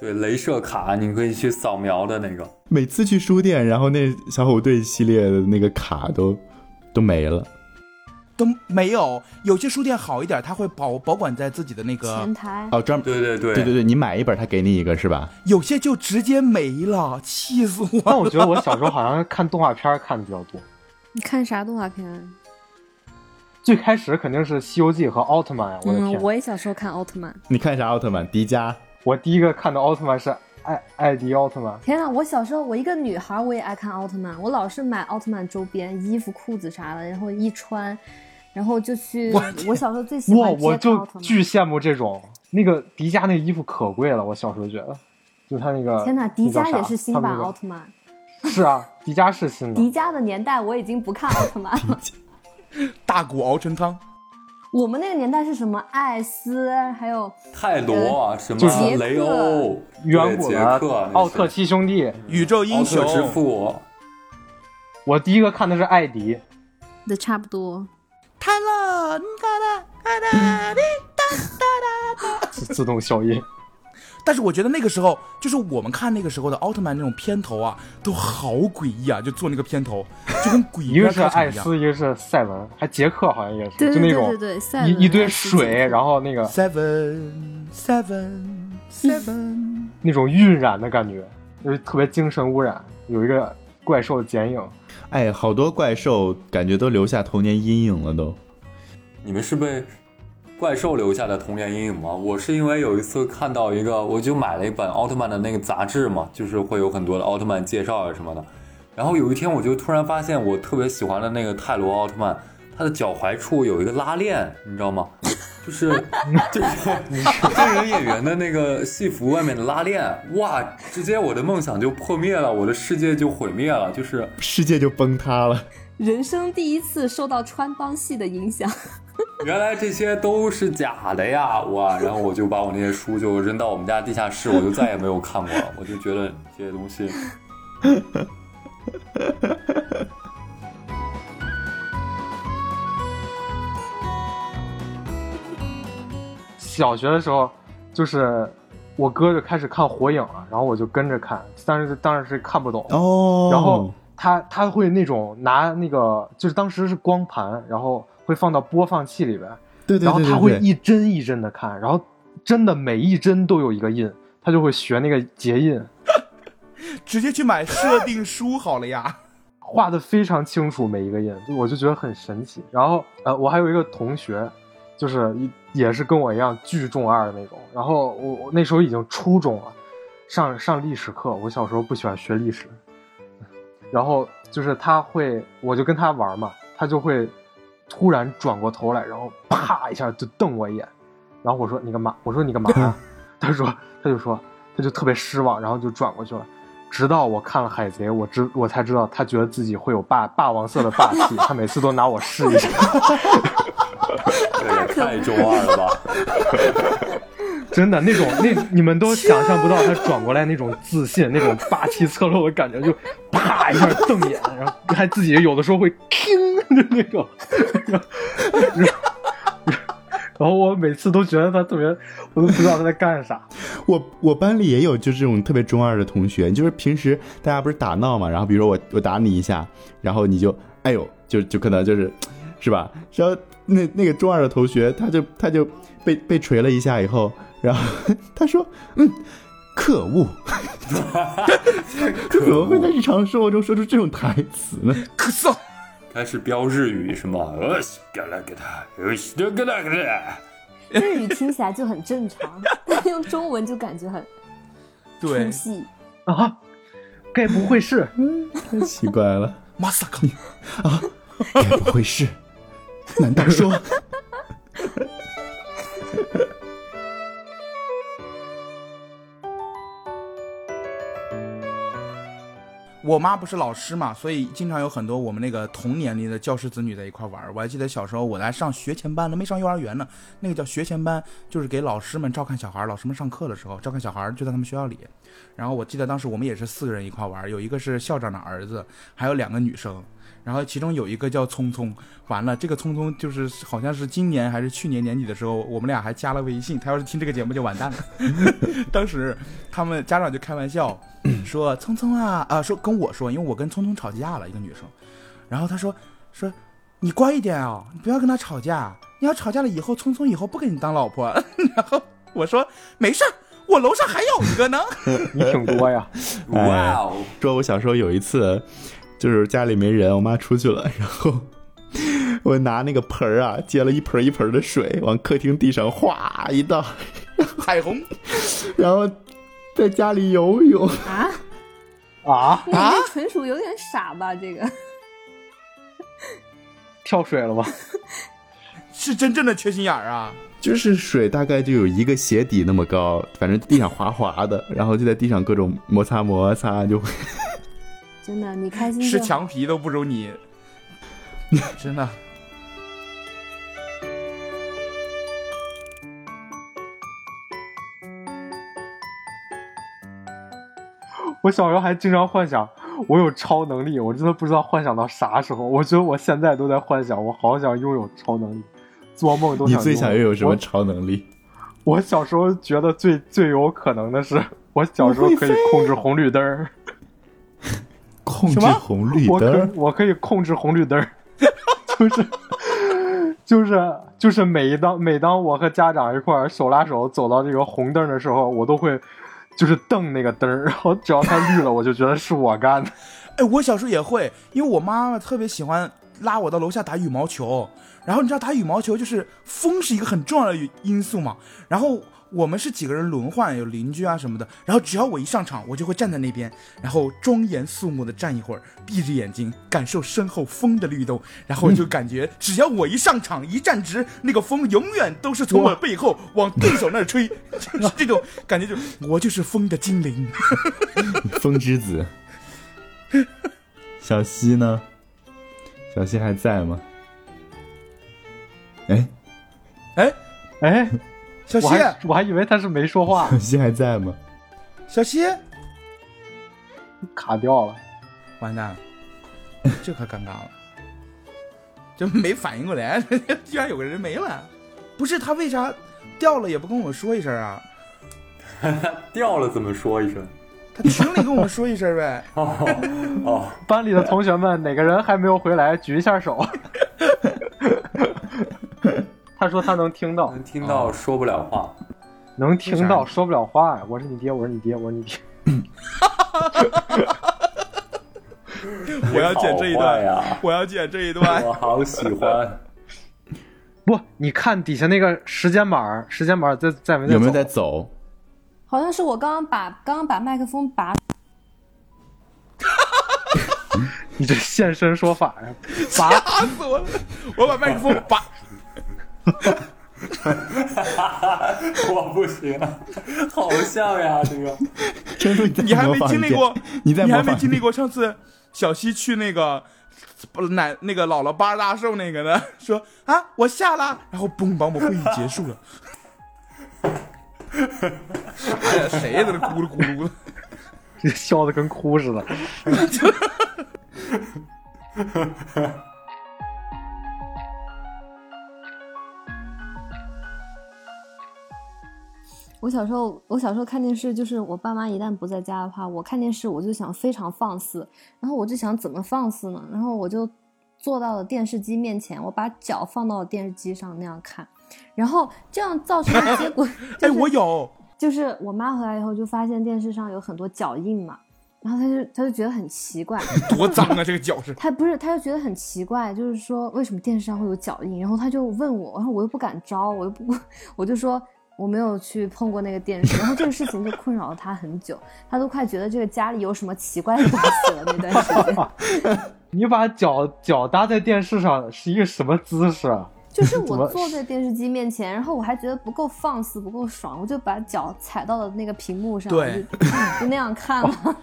[SPEAKER 5] 对，镭射卡你可以去扫描的那个。
[SPEAKER 1] 每次去书店，然后那小虎队系列的那个卡都都没了。
[SPEAKER 4] 都没有。有些书店好一点，他会保保管在自己的那个
[SPEAKER 3] 前，
[SPEAKER 2] 啊
[SPEAKER 3] 台。
[SPEAKER 1] 哦，专门
[SPEAKER 5] 对对对
[SPEAKER 1] 对对对，你买一本，他给你一个是吧？
[SPEAKER 4] 有些就直接没了，气死我
[SPEAKER 2] 但
[SPEAKER 4] 了。
[SPEAKER 2] 我觉得我小时候好像看动画片儿看的比较多。
[SPEAKER 3] 你看啥动画片啊？
[SPEAKER 2] 最开始肯定是《西游记》和奥特曼呀！我的
[SPEAKER 3] 嗯，
[SPEAKER 2] 天，
[SPEAKER 3] 我也小时候看奥特曼。
[SPEAKER 1] 你看啥奥特曼？迪迦？
[SPEAKER 2] 我第一个看的奥特曼是艾艾迪奥特曼，
[SPEAKER 3] 天啊！我小时候，我一个女孩儿，我也爱看奥特曼。我老是买奥特曼周边，衣服、裤子啥的，然后一穿，然后就去。
[SPEAKER 4] 我
[SPEAKER 3] 我小时候最喜
[SPEAKER 2] 哇，
[SPEAKER 3] 欢街
[SPEAKER 2] 我
[SPEAKER 3] 头
[SPEAKER 2] 就
[SPEAKER 3] 奥特曼。
[SPEAKER 2] 巨羡慕这种。那个迪迦那衣服可贵了，我小时候觉得，就他那个
[SPEAKER 3] 天哪，迪迦也是新版奥
[SPEAKER 2] 奥特
[SPEAKER 3] 特曼。
[SPEAKER 2] 曼，是啊，迪迦是新的
[SPEAKER 3] 迪。迦的年代我已经不看奥特曼 了。
[SPEAKER 4] 大骨熬成汤，
[SPEAKER 3] 我们那个年代是什么？艾斯，还有
[SPEAKER 5] 泰罗啊，什
[SPEAKER 2] 就是
[SPEAKER 5] 么雷欧、
[SPEAKER 2] 远古
[SPEAKER 5] 对
[SPEAKER 2] 的
[SPEAKER 5] 捷克、
[SPEAKER 2] 奥特七兄弟，
[SPEAKER 4] 宇宙
[SPEAKER 5] 那
[SPEAKER 4] 英
[SPEAKER 5] 是
[SPEAKER 4] 雄
[SPEAKER 5] 奥特之父，
[SPEAKER 2] 我第一个看的是艾迪，
[SPEAKER 3] 的差不多。
[SPEAKER 4] 泰勒，你看啦，看啦的。
[SPEAKER 2] 自自动消音。
[SPEAKER 4] 但是我觉得那个时候，就是我们看那个时候的奥特曼那种片头啊，都好诡异啊，就做那个片头，就跟 鬼
[SPEAKER 2] 一
[SPEAKER 4] 片
[SPEAKER 2] 个
[SPEAKER 4] 开
[SPEAKER 2] 是
[SPEAKER 4] 场
[SPEAKER 2] 艾
[SPEAKER 4] 一样。
[SPEAKER 2] 斯，一个是赛文，还杰克好像也是，
[SPEAKER 3] 对
[SPEAKER 2] 就
[SPEAKER 3] 对
[SPEAKER 2] 那
[SPEAKER 3] 对
[SPEAKER 2] 种
[SPEAKER 3] 对对，赛文
[SPEAKER 2] 一一堆
[SPEAKER 3] 艾斯杰
[SPEAKER 2] 水，
[SPEAKER 3] 克
[SPEAKER 2] 然后那个
[SPEAKER 4] Seven Seven Seven，
[SPEAKER 2] 那种晕染的感觉，就是特别精神污染。有一个怪兽剪影，
[SPEAKER 1] 哎，好多怪兽感觉都留下童年阴影了都。
[SPEAKER 5] 你们是被怪兽留下的童年阴影吗？我是因为有一次看到一个，我就买了一本奥特曼的那个杂志嘛，就是会有很多的奥特曼介绍啊什么的。然后有一天，我就突然发现我特别喜欢的那个泰罗奥特曼，他的脚踝处有一个拉链，你知道吗？就是 就是真人演员的那个戏服外面的拉链，哇！直接我的梦想就破灭了，我的世界就毁灭了，就是。
[SPEAKER 1] 世界就崩塌了，
[SPEAKER 3] 人生第一次受到穿帮戏的影响。
[SPEAKER 5] 原来这些都是假的呀！哇，然后我就把我那些书就扔到我们家地下室，我就再也没有看过了。我就觉得这些东 西，
[SPEAKER 2] 小学的时候，就是我哥就开始看火影了，然后我就跟着看，但是当然是看不懂。
[SPEAKER 1] 哦
[SPEAKER 2] 然后他他会那种拿那个，就是当时是光盘，然后会放到播放器里边，
[SPEAKER 1] 对对
[SPEAKER 2] 然后
[SPEAKER 1] 对
[SPEAKER 2] 他会
[SPEAKER 1] 对对，
[SPEAKER 2] 一帧一帧的看，然后真的每一帧都有一个印，他他就会学那个结印，
[SPEAKER 4] 直接去买设定书好了呀。
[SPEAKER 2] 画的非常清楚每一个印，就我就觉得很神奇。然后呃，我还有一个同学，就是也是跟我一样巨中二的那种。然后我我那时候已经初中了，上上历史课，我小时候不喜欢学历史，然后就是他会，我就跟他玩嘛，他就会突然转过头来，然后啪一下就瞪我一眼，然后我说你干嘛？我说你干嘛呀？ 他说他就说他就特别失望，然后就转过去了。直到我看了《海贼》，我知我才知道他觉得自己会有霸霸王色的霸气，他每次都拿我试一试。
[SPEAKER 5] 这也太中二了吧！
[SPEAKER 2] 真的那种那你们都想象不到他转过来那种自信、那种霸气侧漏的感觉，就啪一下瞪眼，然后还自己有的时候会听 的那种，然后然后然后我每次都觉得他特别，我都不知道他在干啥。
[SPEAKER 1] 我我班里也有就这种特别中二的同学，就是平时大家不是打闹嘛，然后比如说我我打你一下，然后你就哎呦，就就可能就是，是吧？然后那那个中二的同学，他就他就被被锤了一下以后，然后 他说嗯。可恶！ 怎么会在日常生活中说出这种台词呢？
[SPEAKER 4] 咳嗽，
[SPEAKER 5] 开始飙日语是吗？呃西嘎啦嘎啦，呃西嘎啦嘎
[SPEAKER 4] 哎
[SPEAKER 5] 啦。
[SPEAKER 3] 日语听起来就很正 常，但用中文就感觉很
[SPEAKER 4] 对
[SPEAKER 3] 出，戏。
[SPEAKER 2] 啊，该不会是？
[SPEAKER 1] 太奇怪了，
[SPEAKER 4] 马萨克，
[SPEAKER 1] 该不会是？难道说？
[SPEAKER 4] 我妈不是老师嘛，所以经常有很多我们那个同年龄的教师子女在一块玩儿。我还记得小时候我来上学前班呢，没上幼儿园呢，那个叫学前班，就是给老师们照看小孩儿，老师们上课的时候照看小孩儿就在他们学校里。然后我记得当时我们也是四个人一块玩儿，有一个是校长的儿子，还有两个女生。然后其中有一个叫聪聪，完了这个聪聪就是好像是今年还是去年年底的时候，我们俩还加了微信。他要是听这个节目就完蛋了。 当时他们家长就开玩笑，说聪聪啊啊，说跟我说，因为我跟聪聪吵架了，一个女生，然后她说说你乖一点啊，你不要跟他吵架，你要吵架了以后，聪聪以后不给你当老婆。 然后我说没事儿，我楼上还有 一个呢。
[SPEAKER 2] 你挺多呀，
[SPEAKER 5] 哇哦！
[SPEAKER 1] 说我小时候有一次，就是家里没人，我妈出去了，然后我拿那个盆儿啊，接了一盆儿一盆儿的水，往客厅地上哗一倒，
[SPEAKER 4] 彩虹，
[SPEAKER 1] 然后在家里游泳。
[SPEAKER 3] 啊，
[SPEAKER 2] 啊，
[SPEAKER 3] 你这纯属有点傻吧？这个
[SPEAKER 2] 跳水了吧？
[SPEAKER 4] 是真正的缺心眼儿啊！
[SPEAKER 1] 就是水大概就有一个鞋底那么高，反正地上滑滑的，然后就在地上各种摩擦摩擦，就会
[SPEAKER 3] 真的，你开心
[SPEAKER 4] 吃
[SPEAKER 3] 就好。
[SPEAKER 4] 墙皮都不如你， 真的。
[SPEAKER 2] 我小时候还经常幻想我有超能力，我真的不知道幻想到啥时候。我觉得我现在都在幻想，我好想拥有超能力，做梦都
[SPEAKER 1] 你
[SPEAKER 2] 想。
[SPEAKER 1] 最想拥有什么
[SPEAKER 2] 我？
[SPEAKER 1] 超能力？
[SPEAKER 2] 我小时候觉得最最有可能的是，我小时候可以控制红绿灯儿，
[SPEAKER 1] 控制
[SPEAKER 4] 什么
[SPEAKER 1] 红绿
[SPEAKER 2] 我
[SPEAKER 1] 灯
[SPEAKER 2] 可
[SPEAKER 1] 儿。
[SPEAKER 2] 我可以控制红绿灯儿， 就是。就是就是每一当每当我和家长一块儿手拉手走到这个红灯儿的时候，我都会就是瞪那个灯儿，然后只要它绿了，我就觉得是我干的。
[SPEAKER 4] 哎，我小时候也会，因为我妈妈特别喜欢拉我到楼下打羽毛球。然后你知道打羽毛球就是风是一个很重要的因素嘛。然后我们是几个人轮换，有邻居啊什么的。然后只要我一上场，我就会站在那边，然后庄严肃穆的站一会儿，闭着眼睛感受身后风的律动，然后就感觉只要我一上场一站直，那个风永远都是从我背后往对手那儿吹， 就是这种感觉就，我就是风的精灵。
[SPEAKER 1] 风之子。 小西呢？小西还在吗？哎，
[SPEAKER 4] 哎，
[SPEAKER 2] 哎，
[SPEAKER 4] 小
[SPEAKER 2] 我
[SPEAKER 4] 西，
[SPEAKER 2] 还我还以为他是没说话
[SPEAKER 1] 小，西还在吗？
[SPEAKER 4] 小西。
[SPEAKER 2] 卡掉了。
[SPEAKER 4] 完蛋了，这可尴尬了，就没反应过来， 居然有个人没了。不是他为啥掉了也不跟我说一声啊？
[SPEAKER 5] 掉了怎么说一声？
[SPEAKER 4] 他群里跟我们说一声呗。
[SPEAKER 5] 哦哦，
[SPEAKER 2] 班里的同学们，哪个人还没有回来，举一下 手。他说他能听到，
[SPEAKER 5] 能听到说不了话。
[SPEAKER 2] 能听
[SPEAKER 4] 为
[SPEAKER 2] 到
[SPEAKER 4] 啥
[SPEAKER 2] 说不了话呀。我是你爹，我是你爹，我是你爹。
[SPEAKER 4] 我要剪这一段
[SPEAKER 5] 你好坏呀
[SPEAKER 4] 我要剪这一段。
[SPEAKER 5] 我好喜 欢。
[SPEAKER 2] 不，你看底下那个时间板儿，时间板儿在在没在
[SPEAKER 1] 有没有
[SPEAKER 2] 走
[SPEAKER 1] 在走？
[SPEAKER 3] 好像是我刚刚把刚刚把麦克风拔，
[SPEAKER 2] 你这现身说法呀？拔
[SPEAKER 4] 打死我了！我把麦克风拔，
[SPEAKER 5] 我不行，好笑呀！这个
[SPEAKER 1] 陈叔， 你
[SPEAKER 4] 你
[SPEAKER 1] 再
[SPEAKER 4] 还
[SPEAKER 1] 模
[SPEAKER 4] 没
[SPEAKER 1] 仿一
[SPEAKER 4] 经历
[SPEAKER 1] 遍
[SPEAKER 4] 过，
[SPEAKER 1] 你再模
[SPEAKER 4] 还
[SPEAKER 1] 仿
[SPEAKER 4] 没
[SPEAKER 1] 一
[SPEAKER 4] 经历
[SPEAKER 1] 遍
[SPEAKER 4] 过上次小西去那个不奶那个姥姥八大寿那个呢？说啊，我下啦，然后嘣，把我们会议结束了。 哎呀，谁也在那咕噜咕 噜的？
[SPEAKER 2] 笑的跟哭似的。
[SPEAKER 3] 我小时候，我小时候看电视，就是我爸妈一旦不在家的话，我看电视我就想非常放肆，然后我就想怎么放肆呢？然后我就坐到了电视机面前，我把脚放到了电视机上那样看，然后这样造成的结果 就是、
[SPEAKER 4] 哎，我有，
[SPEAKER 3] 就是我妈回来以后就发现电视上有很多脚印嘛，然后她就她就觉得很奇怪，
[SPEAKER 4] 多脏啊！这个脚是
[SPEAKER 3] 他不是，他就觉得很奇怪，就是说为什么电视上会有脚印，然后他就问我，然后我又不敢招，我又不， 我就说我没有去碰过那个电视，然后这个事情就困扰了他很久，他都快觉得这个家里有什么奇怪的东西了。那段时间，
[SPEAKER 2] 啊你把脚脚搭在电视上是一个什么姿势啊？
[SPEAKER 3] 就是
[SPEAKER 2] 怎
[SPEAKER 3] 我
[SPEAKER 2] 么
[SPEAKER 3] 坐在电视机面前，然后我还觉得不够放肆，不够爽，我就把脚踩到了那个屏幕上，
[SPEAKER 4] 对
[SPEAKER 3] 我就 就那样看了。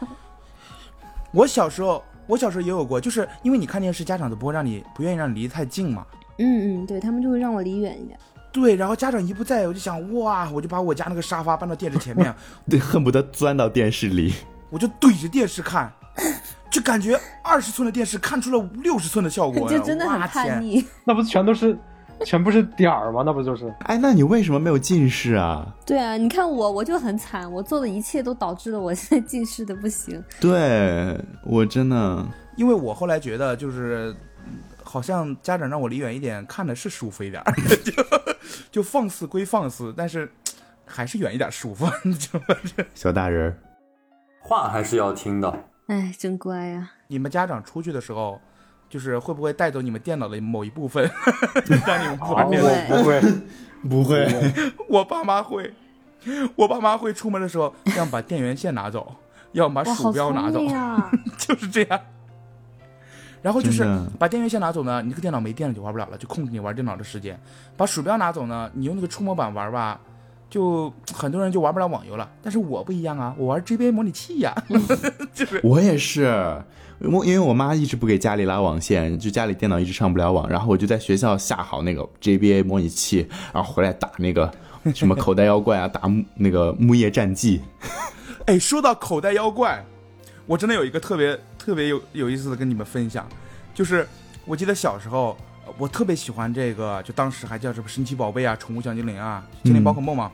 [SPEAKER 4] 我小时候，我小时候也有过，就是因为你看电视，家长都不会让你不愿意让你离得太近嘛。
[SPEAKER 3] 嗯嗯，对他们就会让我离远一点。
[SPEAKER 4] 对，然后家长一不在，我就想哇，我就把我家那个沙发搬到电视前面，
[SPEAKER 1] 对，恨不得钻到电视里。
[SPEAKER 4] 我就对着电视看， 就感觉二十寸的电视看出了六十寸的效 果，
[SPEAKER 3] 就真的很
[SPEAKER 4] 哇
[SPEAKER 3] 叛
[SPEAKER 4] 天。
[SPEAKER 3] 逆，
[SPEAKER 2] 那不全都是，全不是点儿吗？那不就是？
[SPEAKER 1] 哎，那你为什么没有近视啊？
[SPEAKER 3] 对啊，你看我，我就很惨，我做的一切都导致了我现在近视的不行。
[SPEAKER 1] 对我真的，
[SPEAKER 4] 因为我后来觉得就是，嗯好像家长让我离远一点，看的是舒服一点儿， 就就放肆归放肆，但是还是远一点舒服， 你知道吗？
[SPEAKER 1] 小大人儿，
[SPEAKER 5] 话还是要听的。
[SPEAKER 3] 哎，真乖呀、
[SPEAKER 4] 你们家长出去的时候，就是会不会带走你们电脑的某一部分， 让你们不玩
[SPEAKER 2] 我
[SPEAKER 4] 电脑？
[SPEAKER 3] 对
[SPEAKER 2] 啊不
[SPEAKER 1] 不
[SPEAKER 2] 会，
[SPEAKER 1] 会，
[SPEAKER 4] 我爸妈会，我爸妈会出门的时候，要么把电源线拿走，要么把
[SPEAKER 3] 哇，
[SPEAKER 4] 鼠
[SPEAKER 3] 好
[SPEAKER 4] 标拿
[SPEAKER 3] 聪
[SPEAKER 4] 走。
[SPEAKER 3] 明啊！
[SPEAKER 4] 就是这样。然后就是
[SPEAKER 1] 真的
[SPEAKER 4] 把电源线拿走呢，你这个电脑没电了就玩不了了，就控制你玩电脑的时间。把鼠标拿走呢，你用那个触摸板玩吧，就很多人就玩不了网游了。但是我不一样啊，我玩 GBA 模拟器呀、 就是
[SPEAKER 1] 我也是，我因为我妈一直不给家里拉网线，就家里电脑一直上不了网，然后我就在学校下好那个 JBA 模拟器，然后回来打那个什么口袋妖怪啊，打木那个木叶战记。
[SPEAKER 4] 哎，说到口袋妖怪，我真的有一个特别特别有有意思的跟你们分享，就是我记得小时候呃我特别喜欢这个，就当时还叫什么神奇宝贝啊、宠物小精灵啊、精灵宝可梦嘛。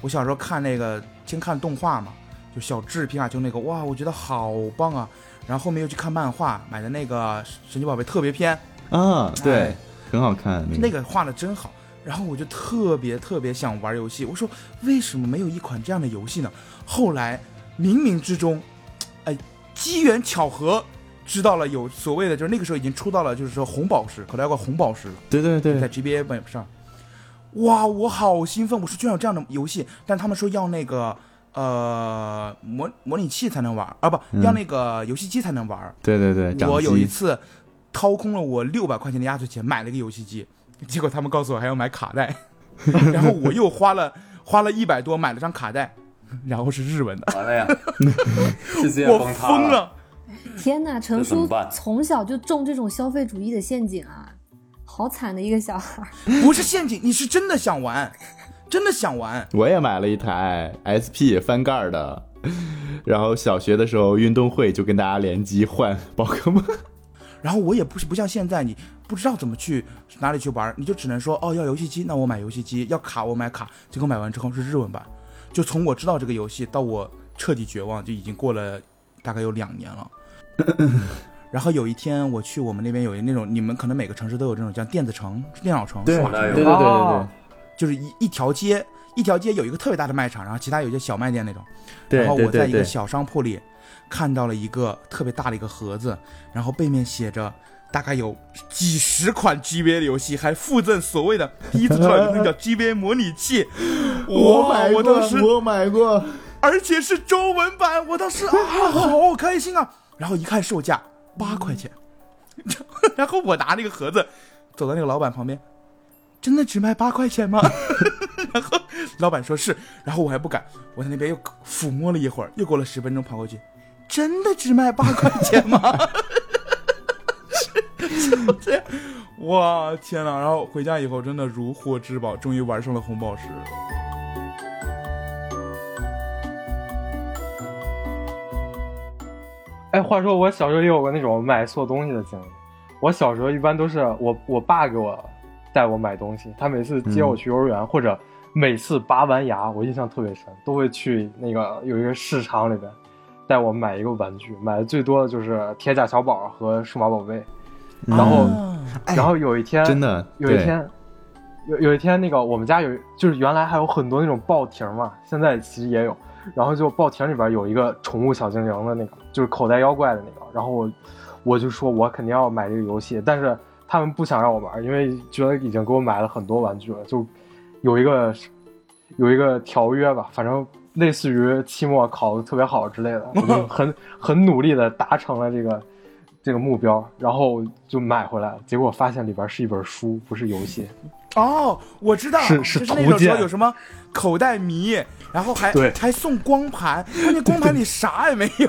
[SPEAKER 4] 我小时候看那个，先看动画嘛，就小智、皮卡丘那个，哇，我觉得好棒啊。然后后面又去看漫画，买的那个神奇宝贝特别篇，
[SPEAKER 1] 啊，对，
[SPEAKER 4] 哎
[SPEAKER 1] 很好看那个。
[SPEAKER 4] 那个画的真好。然后我就特别特别想玩游戏，我说为什么没有一款这样的游戏呢？后来冥冥之中，哎，机缘巧合知道了有所谓的，就是那个时候已经出到了，就是说红宝石，口袋妖怪红宝石了，
[SPEAKER 1] 对对
[SPEAKER 4] 在
[SPEAKER 1] 对，
[SPEAKER 4] GBA 本上。哇，我好兴奋！我说居然有这样的游戏，但他们说要那个呃模模拟器才能玩啊，不、
[SPEAKER 1] 嗯
[SPEAKER 4] 要那个游戏机才能玩。
[SPEAKER 1] 对对对，呃掌
[SPEAKER 4] 我有一
[SPEAKER 1] 机。
[SPEAKER 4] 次掏空了我六百块钱的压岁钱买了一个游戏机，结果他们告诉我还要买卡带， 然后我又花了花了一百多买了张卡带，然后是日文的，
[SPEAKER 5] 完 了呀，世界
[SPEAKER 4] 我
[SPEAKER 5] 崩塌
[SPEAKER 4] 疯了。
[SPEAKER 3] 天哪，陈
[SPEAKER 5] 这怎么
[SPEAKER 3] 叔
[SPEAKER 5] 办
[SPEAKER 3] 从小就中这种消费主义的陷阱啊，好惨的一个小孩儿。
[SPEAKER 4] 不是陷阱，你是真的想玩，真的想玩。
[SPEAKER 1] 我也买了一台 SP 翻盖儿的，然后小学的时候运动会就跟大家联机换宝可梦。
[SPEAKER 4] 然后我也不是不像现在，你不知道怎么去哪里去玩，你就只能说哦要游戏机，那我买游戏机；要卡我买卡。结果买完之后是日文版，就从我知道这个游戏到我彻底绝望，就已经过了大概有两年了。然后有一天我去我们那边有一那种，你们可能每个城市都有这种叫电子城、电脑城、数
[SPEAKER 5] 对
[SPEAKER 4] 码城，
[SPEAKER 5] 对
[SPEAKER 2] 对对对
[SPEAKER 1] 对
[SPEAKER 2] 哦
[SPEAKER 4] 就是一一条街一条街有一个特别大的卖场，然后其他有一些小卖店那种。
[SPEAKER 1] 对
[SPEAKER 4] 然后
[SPEAKER 1] 对
[SPEAKER 4] 我
[SPEAKER 1] 对
[SPEAKER 4] 在一个
[SPEAKER 1] 对
[SPEAKER 4] 小商铺里看到了一个特别大的一个盒子，然后背面写着。大概有几十款 GBA 的游戏，还附赠所谓的第一次出来的那个叫 GBA 模拟 器。 哇！我当时
[SPEAKER 1] 我买过，
[SPEAKER 4] 而且是中文版，我当时啊，好开心啊！然后一看售价八块钱， 然后我拿那个盒子走到那个老板旁边，真的只卖八块钱吗？ 然后老板说是，然后我还不敢，我在那边又呃抚摸了一会儿，又过了十分钟跑过去，真的只卖八块钱 吗？就这样，哇天呐！然后回家以后真的如获至宝，终于玩上了红宝石。
[SPEAKER 2] 哎，话说我小时候也有过那种买错东西的经历。我小时候一般都是我我爸给我带我买东西，他每次接我去幼儿园、或者每次拔完牙，我印象特别深，都会去那个有一个市场里边带我买一个玩具，买的最多的就是铁甲小宝和数码宝贝。
[SPEAKER 1] 然
[SPEAKER 2] 然后
[SPEAKER 1] 哎
[SPEAKER 2] 然后有一天
[SPEAKER 1] 真的
[SPEAKER 2] 有一
[SPEAKER 1] 对
[SPEAKER 2] 天，有有一天，那个我们家有，就是原来还有很多那种报亭嘛，现在其实也有。然后就报亭里边有一个宠物小精灵的那个，就是口袋妖怪的那个。然后我我就说我肯定要买这个游戏，但是他们不想让我玩，因为觉得已经给我买了很多玩具了，就有一个有一个条约吧，反正类似于期末考的特别好之类的，我就很很努力的达成了这个这个目标，然后就买回来了。结果发现里边是一本书，不是游戏。
[SPEAKER 4] 哦，我知道，
[SPEAKER 2] 是
[SPEAKER 4] 就是是那种
[SPEAKER 2] 图鉴
[SPEAKER 4] 说有什么口袋迷，然后还
[SPEAKER 2] 对
[SPEAKER 4] 还送光盘，关键光盘里啥也没 有。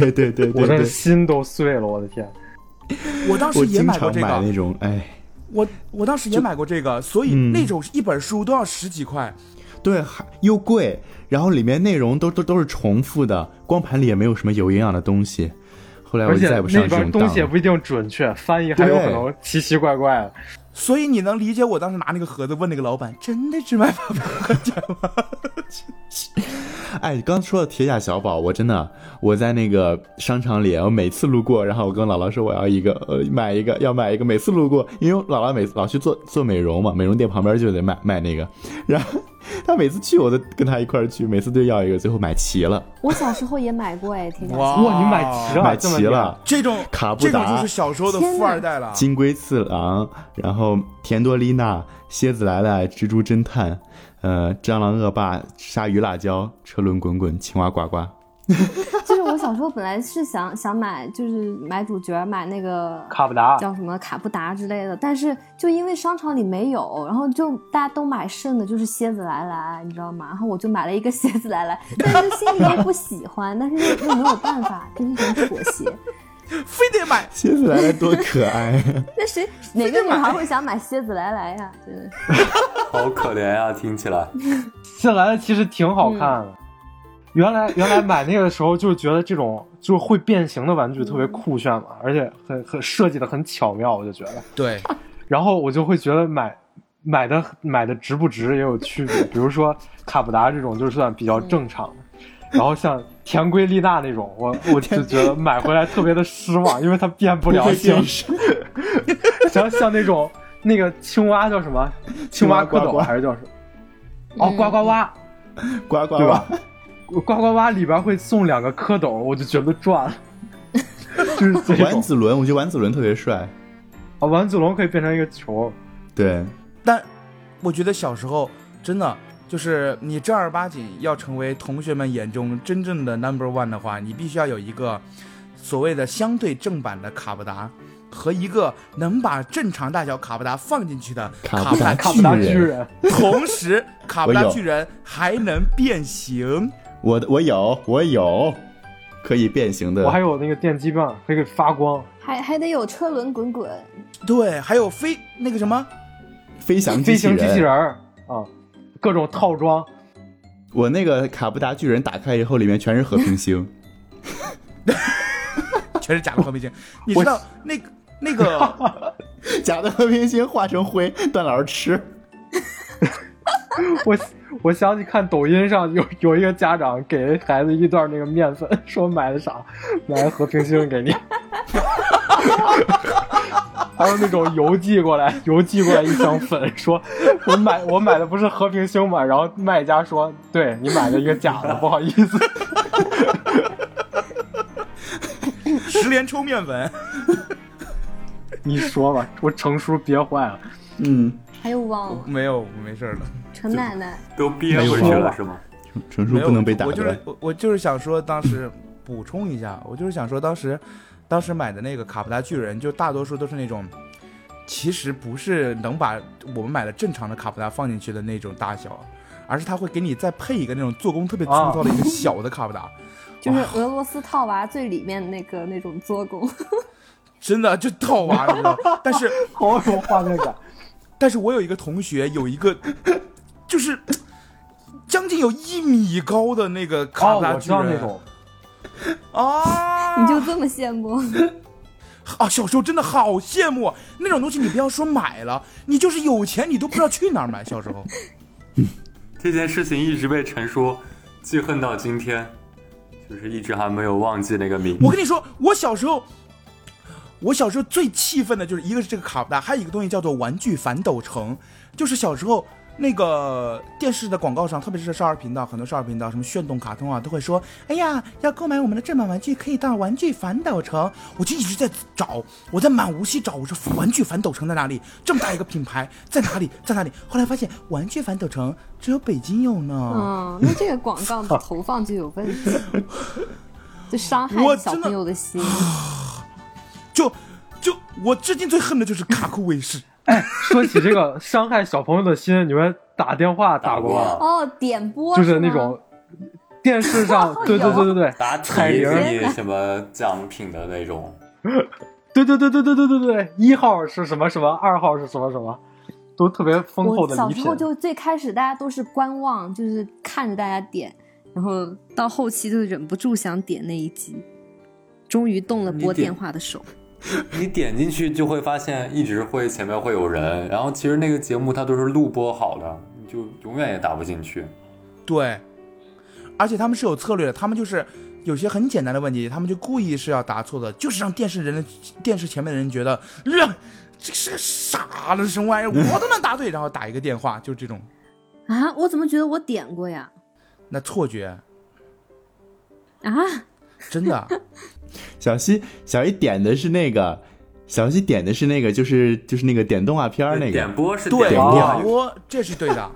[SPEAKER 1] 对对对
[SPEAKER 2] 我
[SPEAKER 1] 对
[SPEAKER 2] 的
[SPEAKER 1] 对，
[SPEAKER 2] 心都碎了，我的天！
[SPEAKER 4] 我当时
[SPEAKER 1] 我
[SPEAKER 4] 也
[SPEAKER 1] 经
[SPEAKER 4] 买过
[SPEAKER 1] 常
[SPEAKER 4] 这
[SPEAKER 1] 买
[SPEAKER 4] 个，
[SPEAKER 1] 那种，哎，
[SPEAKER 4] 我我当时也买过这个，所以
[SPEAKER 1] 嗯
[SPEAKER 4] 那种一本书都要十几块。
[SPEAKER 1] 对，还又贵，然后里面内容都都都是重复的，光盘里也没有什么有营养的东西。后哎来我
[SPEAKER 2] 而
[SPEAKER 1] 就
[SPEAKER 2] 且
[SPEAKER 1] 再不上
[SPEAKER 2] 那
[SPEAKER 1] 这
[SPEAKER 2] 边
[SPEAKER 1] 种
[SPEAKER 2] 东
[SPEAKER 1] 当
[SPEAKER 2] 西也
[SPEAKER 1] 了。
[SPEAKER 2] 不一定准确，翻译还有
[SPEAKER 1] 对
[SPEAKER 2] 可能奇奇怪怪的。
[SPEAKER 4] 所以你能理解我当时拿那个盒子问那个老板，真的只卖八百块钱吗？
[SPEAKER 1] 哎，你刚说到铁甲小宝，我真的我在那个商场里，我每次路过，然后我跟姥姥说我要一个，呃，买一个，要买一个。每次路过，因为我姥姥每次老去做做美容嘛，美容店旁边就得买买那个，然后她每次去我都跟她一块儿去，每次都要一个，最后买齐了，
[SPEAKER 3] 我小时候也买过哎，铁甲小
[SPEAKER 4] 哇
[SPEAKER 3] 宝。
[SPEAKER 2] 哇，你买齐了，
[SPEAKER 1] 买
[SPEAKER 2] 这么
[SPEAKER 1] 齐
[SPEAKER 2] 厉害
[SPEAKER 1] 了。
[SPEAKER 4] 这种
[SPEAKER 1] 卡布
[SPEAKER 4] 这种
[SPEAKER 1] 达
[SPEAKER 4] 就是小时候的富二代了。
[SPEAKER 1] 金龟次郎，然后甜多丽娜、蝎子来了、蜘蛛侦探，呃，蟑螂恶霸、鲨鱼辣椒、车轮滚滚、青蛙呱呱。
[SPEAKER 3] 就是我小时候本来是想想买，就是买主角买那个
[SPEAKER 2] 卡布
[SPEAKER 4] 啊
[SPEAKER 2] 达，
[SPEAKER 3] 叫什么卡布达之类的，但是就因为商场里没有，然后就大家都买剩的，就是蝎子来来，你知道吗？然后我就买了一个蝎子来来，但是心里又不喜欢，但是又又没有办法，这是一种妥协。
[SPEAKER 4] 非得买，
[SPEAKER 1] 蝎子来了多可爱！
[SPEAKER 3] 那 谁哪个女孩会想买蝎子来来呀、真的是。
[SPEAKER 5] 好可怜啊，听起来。
[SPEAKER 2] 新来的其实挺好看的。原来原来买那个的时候，就觉得这种就是会变形的玩具特别酷炫嘛，而且很很设计的很巧妙，我就觉得。
[SPEAKER 4] 对，
[SPEAKER 2] 然后我就会觉得买买的买的值不值也有区别。比如说卡布达这种就算比较正常的，然后像田龟丽娜那种，我我就觉得买回来特别的失望，因为它变不了形。像像那种那个青蛙叫什么？青蛙蝌
[SPEAKER 1] 呱
[SPEAKER 2] 蚪
[SPEAKER 1] 呱
[SPEAKER 2] 还是叫什么？哦，呱呱蛙。
[SPEAKER 1] 呱呱
[SPEAKER 2] 对吧
[SPEAKER 1] 吧，？
[SPEAKER 2] 呱呱蛙里边会送两个蝌蚪，我就觉得赚了。 就是这
[SPEAKER 1] 丸
[SPEAKER 2] 种
[SPEAKER 1] 子轮，我觉得丸子轮特别帅。
[SPEAKER 2] 啊，丸子龙可以变成一个球，
[SPEAKER 1] 对，
[SPEAKER 4] 但我觉得小时候真的就是你正儿八经要成为同学们眼中真正的 number one 的话，你必须要有一个所谓的相对正版的卡布达。和一个能把正常大小卡布达放进去的
[SPEAKER 1] 卡
[SPEAKER 4] 布达
[SPEAKER 1] 卡
[SPEAKER 2] 卡布
[SPEAKER 1] 布
[SPEAKER 4] 巨
[SPEAKER 2] 达
[SPEAKER 1] 达
[SPEAKER 2] 啊巨
[SPEAKER 1] 巨
[SPEAKER 2] 人
[SPEAKER 1] 人，
[SPEAKER 4] 同时卡布达
[SPEAKER 1] 我有
[SPEAKER 4] 巨人还能变形，
[SPEAKER 1] 我的我有我有可以变形的，
[SPEAKER 2] 我还有那个电击棒，可以发光。
[SPEAKER 3] 还还得有车轮滚滚，
[SPEAKER 4] 对，还有飞那个什么，
[SPEAKER 1] 飞翔
[SPEAKER 2] 飞
[SPEAKER 1] 机器
[SPEAKER 2] 行机器
[SPEAKER 1] 人。
[SPEAKER 2] 人儿啊，各种套装。
[SPEAKER 1] 我那个卡布达巨人打开以后，里面全是和平星。
[SPEAKER 4] 全是假的和平精。你知道那个 那个
[SPEAKER 1] 假的和平星化成灰，段老师吃。
[SPEAKER 2] 我我想起看抖音上有有一个家长给孩子一段那个面粉，说买的啥，买的和平星给你。 还有那种邮寄过来，邮寄过来一箱粉，说我买我买的不是和平星嘛，然后卖家说，对你买了一个假的，不好意思，
[SPEAKER 4] 十连抽面粉。
[SPEAKER 2] 你说吧，我成叔憋坏了，
[SPEAKER 4] 嗯，
[SPEAKER 3] 还有网
[SPEAKER 4] 没有，没事儿了。
[SPEAKER 3] 陈奶奶，
[SPEAKER 5] 都憋回去了是吗？
[SPEAKER 1] 纯属
[SPEAKER 4] 没有，
[SPEAKER 1] 不能被打
[SPEAKER 4] 我
[SPEAKER 1] 的
[SPEAKER 4] 就是
[SPEAKER 1] 吧。
[SPEAKER 4] 我，我就是想说，当时补充一下，我就是想说，当时当时买的那个卡布达巨人，就大多数都是那种，其实不是能把我们买的正常的卡布达放进去的那种大小，而是它会给你再配一个那种做工特别粗糙
[SPEAKER 2] 啊
[SPEAKER 4] 的一个小的卡布达。
[SPEAKER 3] 就是俄罗斯套娃最里面那个那种做工，
[SPEAKER 4] 真的就套娃，你知道吗？但是
[SPEAKER 2] 好有画面感。
[SPEAKER 4] 但是我有一个同学有一个，就是将近有一米高的那个卡
[SPEAKER 2] 哦，
[SPEAKER 4] 布达
[SPEAKER 2] 我
[SPEAKER 4] 巨
[SPEAKER 2] 知道那
[SPEAKER 4] 人
[SPEAKER 2] 种，
[SPEAKER 4] 啊，
[SPEAKER 3] 你就这么羡慕？
[SPEAKER 4] 啊，小时候真的好羡慕啊那种东西，你不要说买了，你就是有钱你都不知道去哪儿买。小时候，
[SPEAKER 5] 这件事情一直被陈叔记恨到今天，就是一直还没有忘记那个名。
[SPEAKER 4] 我跟你说，我小时候，我小时候最气愤的就是一个是这个卡布达，还有一个东西叫做玩具反斗城，就是小时候。那个电视的广告上，特别是少儿频道，很多少儿频道什么炫动卡通啊，都会说：“哎呀，要购买我们的正版玩具，可以到玩具反斗城。”我就一直在找，我在满无锡找，我说玩具反斗城在哪里？这么大一个品牌在哪里？在哪里？后来发现玩具反斗城只有北京有呢。
[SPEAKER 3] 嗯，那这个广告的投放就有问 题，就伤害
[SPEAKER 4] 我真
[SPEAKER 3] 小
[SPEAKER 4] 的
[SPEAKER 3] 朋友的心。
[SPEAKER 4] 就就我至今最恨的就是卡酷卫视，
[SPEAKER 2] 说起这个伤害小朋友的心，你们打电话打过吗？
[SPEAKER 3] 哦，点播
[SPEAKER 2] 就是
[SPEAKER 3] 吗，
[SPEAKER 2] 那种电视上对对对对对
[SPEAKER 5] 答
[SPEAKER 2] 彩
[SPEAKER 5] 题
[SPEAKER 2] 铃儿
[SPEAKER 5] 给你什么奖品的那种，
[SPEAKER 2] 对对对对对对对对，一号是什么什么，二号是什么什么，都特别丰厚
[SPEAKER 3] 我
[SPEAKER 2] 的
[SPEAKER 3] 小
[SPEAKER 2] 礼
[SPEAKER 3] 时
[SPEAKER 2] 品
[SPEAKER 3] 候。就最开始大家都是观望，就是看着大家点，然后到后期就忍不住想点那一集，终于动了
[SPEAKER 5] 你
[SPEAKER 3] 拨
[SPEAKER 5] 点
[SPEAKER 3] 电话的手。
[SPEAKER 5] 你点进去就会发现一直会前面会有人，然后其实那个节目它都是录播好的，你就永远也打不进去。
[SPEAKER 4] 对，而且他们是有策略的，他们就是有些很简单的问题，他们就故意是要答错的，就是让电视人的电视前面的人觉得，让这是个傻的什么玩意儿，我都能答对，然后打一个电话，就这种
[SPEAKER 3] 啊，我怎么觉得我点过呀？
[SPEAKER 4] 那错觉，
[SPEAKER 3] 啊，
[SPEAKER 4] 真的
[SPEAKER 1] 小西小一点的是那个，小西点的是那个，就是就是那个点动画片儿那
[SPEAKER 5] 点
[SPEAKER 1] 个。
[SPEAKER 5] 播是
[SPEAKER 4] 对，啊
[SPEAKER 5] 播，
[SPEAKER 4] 点播这是对的，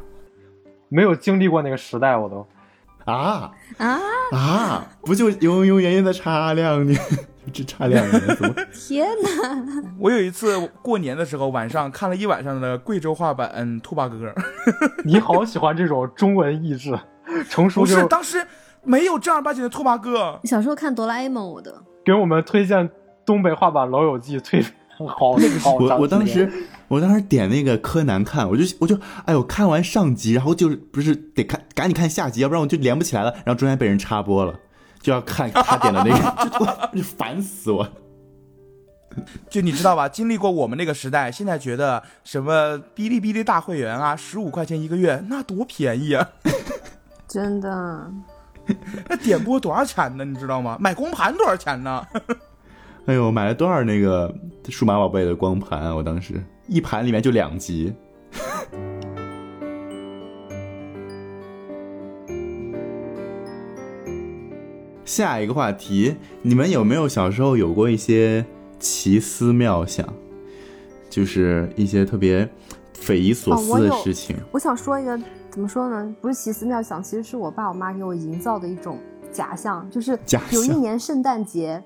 [SPEAKER 2] 没有经历过那个时代，我都
[SPEAKER 1] 啊
[SPEAKER 3] 啊！
[SPEAKER 1] 啊！不就永永远远的差两 年，只差两年，怎么？
[SPEAKER 3] 天哪！
[SPEAKER 4] 我有一次过年的时候晚上看了一晚上的贵州话版《兔八哥》，
[SPEAKER 2] 你好喜欢这种中文译制，成
[SPEAKER 4] 不
[SPEAKER 2] 熟
[SPEAKER 4] 是
[SPEAKER 2] 就
[SPEAKER 4] 当时没有正儿八经的兔八哥，
[SPEAKER 3] 小时候看哆啦 A 梦，我的
[SPEAKER 2] 给我们推荐东北话版《老友记》，推好 好
[SPEAKER 1] 我
[SPEAKER 2] 长
[SPEAKER 1] 我
[SPEAKER 2] 时
[SPEAKER 1] 当
[SPEAKER 2] 间
[SPEAKER 1] 时我当时点那个柯南看，我就我就哎呦看完上集，然后就是不是得看赶紧看下集，要不然我就连不起来了，然后中间被人插播了，就要看他点的那个， 就我就烦死我。
[SPEAKER 4] 就你知道吧？ 经历过我们那个时代，现在觉得什么哔哩哔哩大会员啊，十五块钱一个月，那多便宜啊！
[SPEAKER 3] 真的
[SPEAKER 4] 那点播多少钱呢？你知道吗？买光盘多少钱呢？
[SPEAKER 1] 哎呦，买了多少那个数码宝贝的光盘啊！我当时一盘里面就两集。 下一个话题，你们有没有小时候有过一些奇思妙想，就是一些特别匪夷所
[SPEAKER 3] 哦我
[SPEAKER 1] 思的
[SPEAKER 3] 有
[SPEAKER 1] 事情？
[SPEAKER 3] 我想说一个，怎么说呢？不是奇思妙想，其实是我爸我妈给我营造的一种假象，就是
[SPEAKER 1] 假
[SPEAKER 3] 有一
[SPEAKER 1] 象
[SPEAKER 3] 年圣诞节，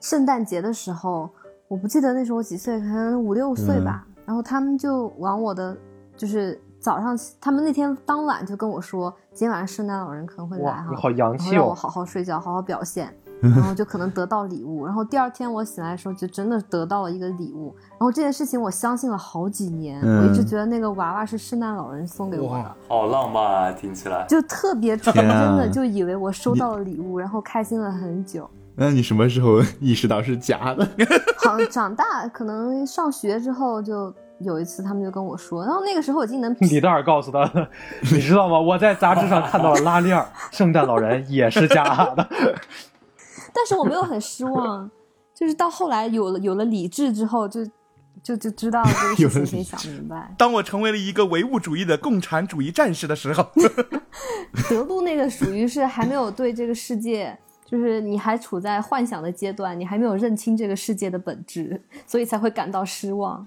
[SPEAKER 3] 圣诞节的时候，我不记得那时候我几岁，可能五六岁吧。
[SPEAKER 1] 嗯
[SPEAKER 3] 然后他们就往我的，就是早上起，他们那天当晚就跟我说，今天晚上圣诞老人可能会来
[SPEAKER 2] 哇，
[SPEAKER 3] 哈
[SPEAKER 2] 你，好洋
[SPEAKER 3] 然后
[SPEAKER 2] 气
[SPEAKER 3] 让我
[SPEAKER 2] 哦！
[SPEAKER 3] 好好睡觉，好好 表现，然后就可能得到礼物。然后第二天我醒来的时候，就真的得到了一个礼物。然后这件事情我相信了好几年，我一直
[SPEAKER 1] 嗯
[SPEAKER 3] 觉得那个娃娃是圣诞老人送给我的
[SPEAKER 4] 哇，
[SPEAKER 5] 好浪漫啊，听起来。
[SPEAKER 3] 就特别纯真
[SPEAKER 1] 天啊
[SPEAKER 3] 的就以为我收到了礼物，然后开心了很久。
[SPEAKER 1] 那你什么时候意识到是假 的？
[SPEAKER 3] 好，长大可能上学之后就有一次他们就跟我说，然后那个时候我已经能
[SPEAKER 2] 李代尔告诉他，你知道吗？我在杂志上看到了拉链儿，圣诞老人也是假的。
[SPEAKER 3] 但是我没有很失望，就是到后来有了有了理智之后，就就就知道这个事情，可以想明白。
[SPEAKER 4] 当我成为了一个唯物主义的共产主义战士的时候，
[SPEAKER 3] 德路那个属于是还没有对这个世界， 就是你还处在幻想的阶段，你还没有认清这个世界的本质， 所以才会感到失望。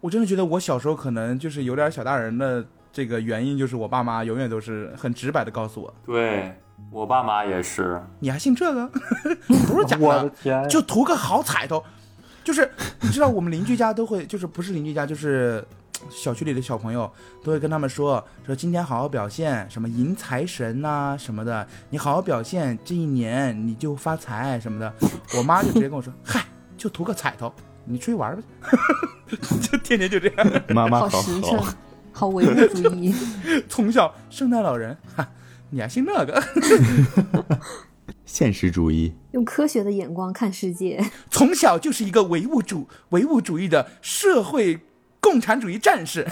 [SPEAKER 4] 我真的觉得我小时候可能就是有点小大人的这个原因，就是我爸妈永远都是很直白的告诉我，
[SPEAKER 5] 对我爸妈也是，
[SPEAKER 4] 你还信这个， 不是假
[SPEAKER 2] 我的
[SPEAKER 4] 的，
[SPEAKER 2] 天呀，
[SPEAKER 4] 就图个好彩头。就是你知道，我们邻居家都会，就是不是邻居家，就是小区里的小朋友都会跟他们说，说今天好好表现，什么迎财神呐、什么的，你好好表现，这一年你就发财什么的。我妈就直接跟我说，嗨，就图个彩头，你出去玩吧，就天天就这样。
[SPEAKER 1] 妈妈好
[SPEAKER 3] 实 诚
[SPEAKER 1] 好，，
[SPEAKER 3] 好唯物主义。
[SPEAKER 4] 从小圣诞老人，哈，你还信那个？
[SPEAKER 1] 现实主义。
[SPEAKER 3] 用科学的眼光看世界，
[SPEAKER 4] 从小就是一个唯物主唯物主义的社会共产主义战士。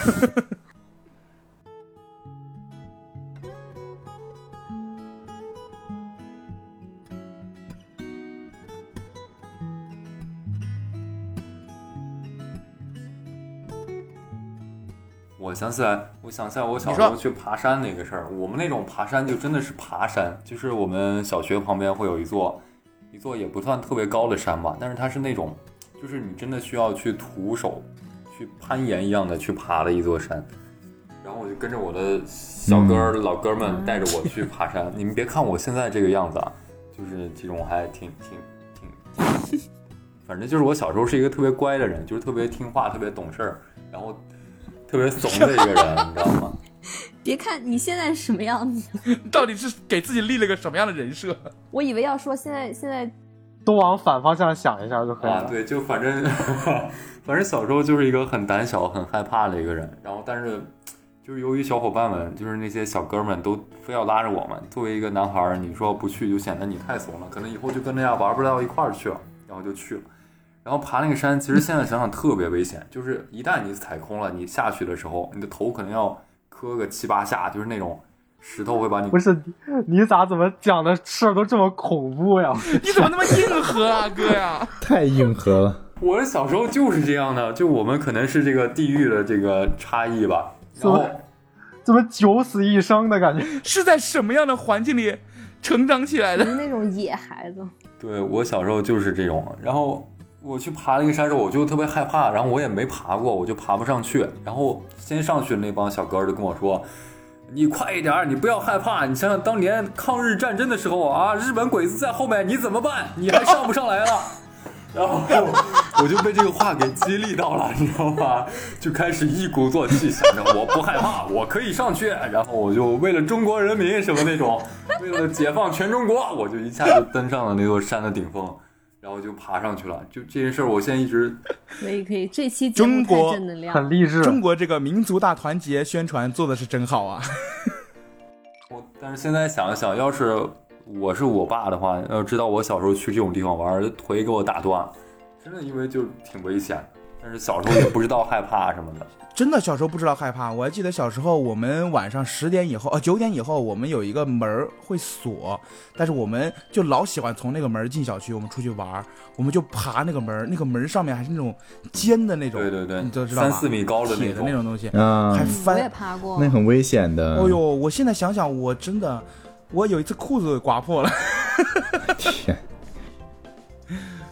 [SPEAKER 5] 我想起来，我想起来我小
[SPEAKER 4] 你
[SPEAKER 5] 时
[SPEAKER 4] 说
[SPEAKER 5] 候去爬山那个事儿。我们那种爬山就真的是爬山，就是我们小学旁边会有一座，一座也不算特别高的山吧，但是它是那种，就是你真的需要去徒手，去攀岩一样的去爬的一座山。然后我就跟着我的小哥儿、老哥们带着我去爬山。你们别看我现在这个样子啊，就是这种还挺挺挺反正就是我小时候是一个特别乖的人，就是特别听话、特别懂事儿，然后特别怂的一个人，你知道吗？
[SPEAKER 3] 别看你现在什么样子，
[SPEAKER 4] 到底是给自己立了个什么样的人设？
[SPEAKER 3] 我以为要说现在现在
[SPEAKER 2] 都往反方向想一下就可以了。
[SPEAKER 5] 啊，对，就反正 反正小时候就是一个很胆小、很害怕的一个人，然后但是就是由于小伙伴们，就是那些小哥们都非要拉着我们，作为一个男孩儿，你说不去就显得你太怂了，可能以后就跟那样玩不到一块儿去了，然后就去了。然后爬那个山，其实现在想想特别危险，就是一旦你踩空了，你下去的时候，你的头可能要磕个七八下，就是那种石头会把你
[SPEAKER 2] 不是你咋怎么讲的事儿都这么恐怖呀？
[SPEAKER 4] 你怎么那么硬核啊，哥呀？
[SPEAKER 1] 太硬核了，
[SPEAKER 5] 我小时候就是这样的，就我们可能是这个地域的这个差异吧。
[SPEAKER 2] 怎
[SPEAKER 5] 然
[SPEAKER 2] 么
[SPEAKER 5] 后
[SPEAKER 2] 怎么九死一生的感觉？
[SPEAKER 4] 是在什么样的环境里成长起来
[SPEAKER 3] 属
[SPEAKER 4] 的？
[SPEAKER 3] 于那种野孩子，
[SPEAKER 5] 对我小时候就是这种，然后我去爬那个山的时候，我就特别害怕，然后我也没爬过，我就爬不上去。然后先上去的那帮小哥儿就跟我说：“你快一点儿，你不要害怕，你想想当年抗日战争的时候啊，日本鬼子在后面，你怎么办？你还上不上来了？”然后我 就被这个话给激励到了，你知道吧？就开始一鼓作气，想着 我不害怕，我可以上去。然后我就为了中国人民什么那种，为了解放全中国，我就一下就登上了那座山的顶峰，然后就爬上去了。就这件事儿，我现在一直
[SPEAKER 3] 可以可以，这期节目
[SPEAKER 4] 中国
[SPEAKER 3] 太正能量了
[SPEAKER 2] 很。励志。
[SPEAKER 4] 中国这个民族大团结宣传做的是真好啊！
[SPEAKER 5] 我，但是现在想一想，要是我是我爸的话，要知道我小时候去这种地方玩，腿给我打断，真的因为就挺危险。但是小时候也不知道害怕什么的。
[SPEAKER 4] 真的小时候不知道害怕，我还记得小时候我们晚上十点以后，呃九点以后，我们有一个门儿会锁，但是我们就老喜欢从那个门儿进小区，我们出去玩儿，我们就爬那个门儿，那个门儿上面还是那种尖的那种，
[SPEAKER 5] 对对对
[SPEAKER 4] 你都知道吧
[SPEAKER 5] 三四米高的
[SPEAKER 4] 铁
[SPEAKER 5] 那
[SPEAKER 4] 的
[SPEAKER 5] 种
[SPEAKER 4] 那种东西，
[SPEAKER 1] 啊
[SPEAKER 3] 我
[SPEAKER 4] 还，
[SPEAKER 3] 也
[SPEAKER 4] 翻，
[SPEAKER 3] 爬过
[SPEAKER 1] 那，很危险的。
[SPEAKER 4] 哦呦，我现在想想，我真的，我有一次裤子刮破了。
[SPEAKER 1] 天，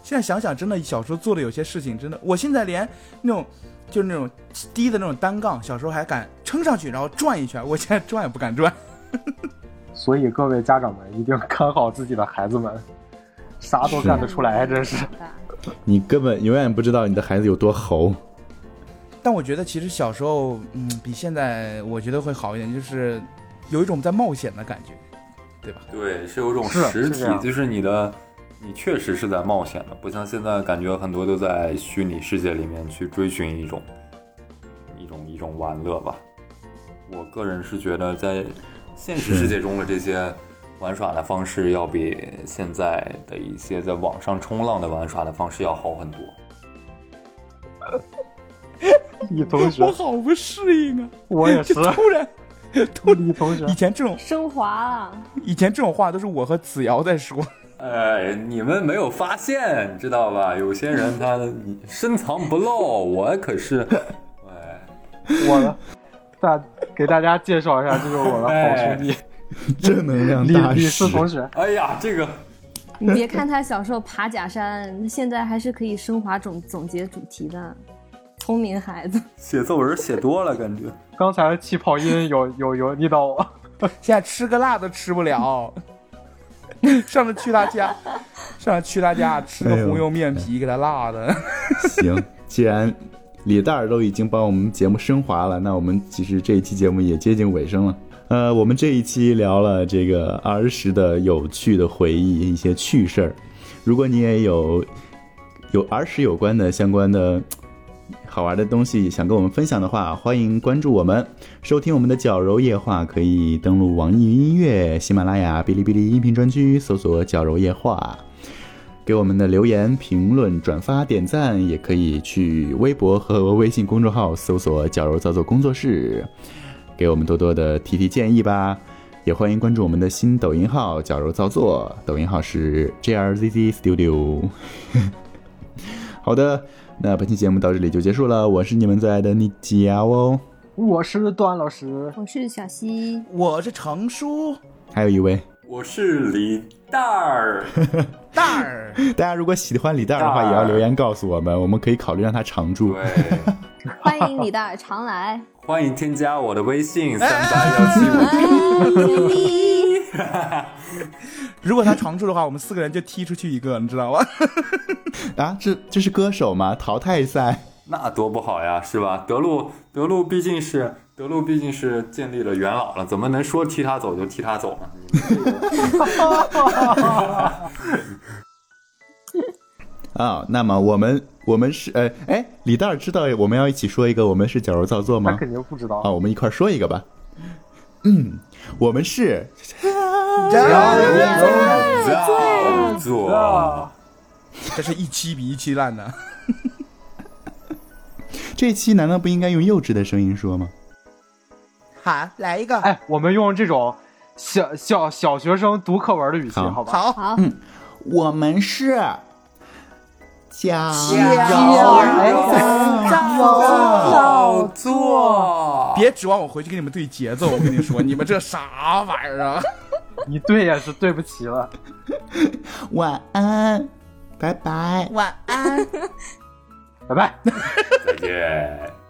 [SPEAKER 4] 现在想想，真的小时候做的有些事情，真的，我现在连那种就是那种低的那种单杠，小时候还敢撑上去，然后转一圈，我现在转也不敢转。
[SPEAKER 2] 所以各位家长们一定看好自己的孩子们，啥都
[SPEAKER 1] 是
[SPEAKER 2] 干得出来，真是。
[SPEAKER 1] 你根本永远不知道你的孩子有多猴。
[SPEAKER 4] 但我觉得其实小时候，嗯，比现在我觉得会好一点，就是有一种在冒险的感觉，对吧？
[SPEAKER 5] 对，是有种
[SPEAKER 2] 是
[SPEAKER 5] 实
[SPEAKER 2] 是
[SPEAKER 5] 体
[SPEAKER 2] 这，样
[SPEAKER 5] 就是你的，你确实是在冒险的，不像现在感觉很多都在虚拟世界里面去追寻一种，一种一种玩乐吧。我个人是觉得在现实
[SPEAKER 1] 是
[SPEAKER 5] 世界中的这些玩耍的方式，要比现在的一些在网上冲浪的玩耍的方式要好很多。
[SPEAKER 2] 李同学
[SPEAKER 4] 哎我，好不适应啊！
[SPEAKER 2] 我也。
[SPEAKER 4] 就是突然，
[SPEAKER 2] 李同学
[SPEAKER 4] 以前这种
[SPEAKER 3] 升华了，
[SPEAKER 4] 以前这种话都是我和子瑶在说，
[SPEAKER 5] 哎，你们没有发现，知道吧？有些 人他深藏不露，我可是，哎，
[SPEAKER 2] 我的大给大家介绍一下，这是我的好兄弟
[SPEAKER 1] 正能量
[SPEAKER 2] 哎李
[SPEAKER 1] 大
[SPEAKER 2] 李
[SPEAKER 1] 师
[SPEAKER 2] 斯。同学。
[SPEAKER 5] 哎呀，这个
[SPEAKER 3] 你别看他小时候爬假山，现在还是可以升华总总结主题的，聪明孩子。
[SPEAKER 5] 写作文写多了，感觉。
[SPEAKER 2] 刚才的气泡音有有油腻到我，
[SPEAKER 4] 现在吃个辣都吃不了。 上次去他 家，上次去他家吃个红油面皮，给他辣的。
[SPEAKER 1] 行，既然李大儿都已经帮我们节目升华了，那我们其实这一期节目也接近尾声了。呃，我们这一期聊了这个儿时的有趣的回忆，一些趣事儿。如果你也有有儿时有关的相关的好玩的东西想跟我们分享的话，欢迎关注我们，收听我们的“矫揉夜话”，可以登录网易云音乐、喜马拉雅、哔哩哔哩音频专区，搜索“矫揉夜话”。给我们的留言、评论、转发、点赞，也可以去微博和微信公众号搜索“矫揉造作工作室”，给我们多多的提提建议吧。也欢迎关注我们的新抖音号“矫揉造作”，抖音号是 JRZZ Studio。好的，那本期节目到这里就结束了，我是你们最爱的妮吉亚哦，
[SPEAKER 2] 我是段老师，
[SPEAKER 3] 我是小溪，
[SPEAKER 4] 我是程叔
[SPEAKER 1] 还有一位。
[SPEAKER 5] 我是李大 儿，
[SPEAKER 4] 蛋儿，
[SPEAKER 1] 大家如果喜欢李诞的话，
[SPEAKER 5] 大
[SPEAKER 1] 也要留言告诉我们，我们可以考虑让他常驻。
[SPEAKER 5] 对，
[SPEAKER 3] 欢迎李大耳常 来。
[SPEAKER 5] 欢迎添加我的微信三八幺七五。
[SPEAKER 3] 哎
[SPEAKER 4] 如果他常住的话，我们四个人就踢出去一个，你知道吗？
[SPEAKER 1] 啊，这这是歌手吗？淘汰赛。
[SPEAKER 5] 那多不好呀，是吧？德路，德路毕竟是德路，毕竟是建立了元老了，怎么能说踢他走就踢他走呢？你们这个
[SPEAKER 1] 啊、那么我们我们是呃哎，李大儿知道我们要一起说一个我们是矫揉造作
[SPEAKER 2] 他
[SPEAKER 1] 吗？
[SPEAKER 2] 肯定不知道。
[SPEAKER 1] 啊，我们一块儿说一个吧。嗯，我们是
[SPEAKER 2] 哎
[SPEAKER 5] 哎造作，
[SPEAKER 4] 这是一期比一期烂的。
[SPEAKER 1] 这期难道不应该用幼稚的声音说吗？
[SPEAKER 4] 好，来一 个。
[SPEAKER 2] 哎，我们用这种小小小学生读课文的语气，
[SPEAKER 1] 好
[SPEAKER 2] 好吧？
[SPEAKER 4] 好，
[SPEAKER 3] 好，
[SPEAKER 1] 我们是矫
[SPEAKER 5] 造作，
[SPEAKER 4] 别指望我回去给你们对节奏，我跟你说，你们这啥玩意儿啊？
[SPEAKER 2] 你对也是对不起了。
[SPEAKER 1] 晚安，拜拜。
[SPEAKER 4] 晚安。
[SPEAKER 2] 拜拜。
[SPEAKER 5] 再见。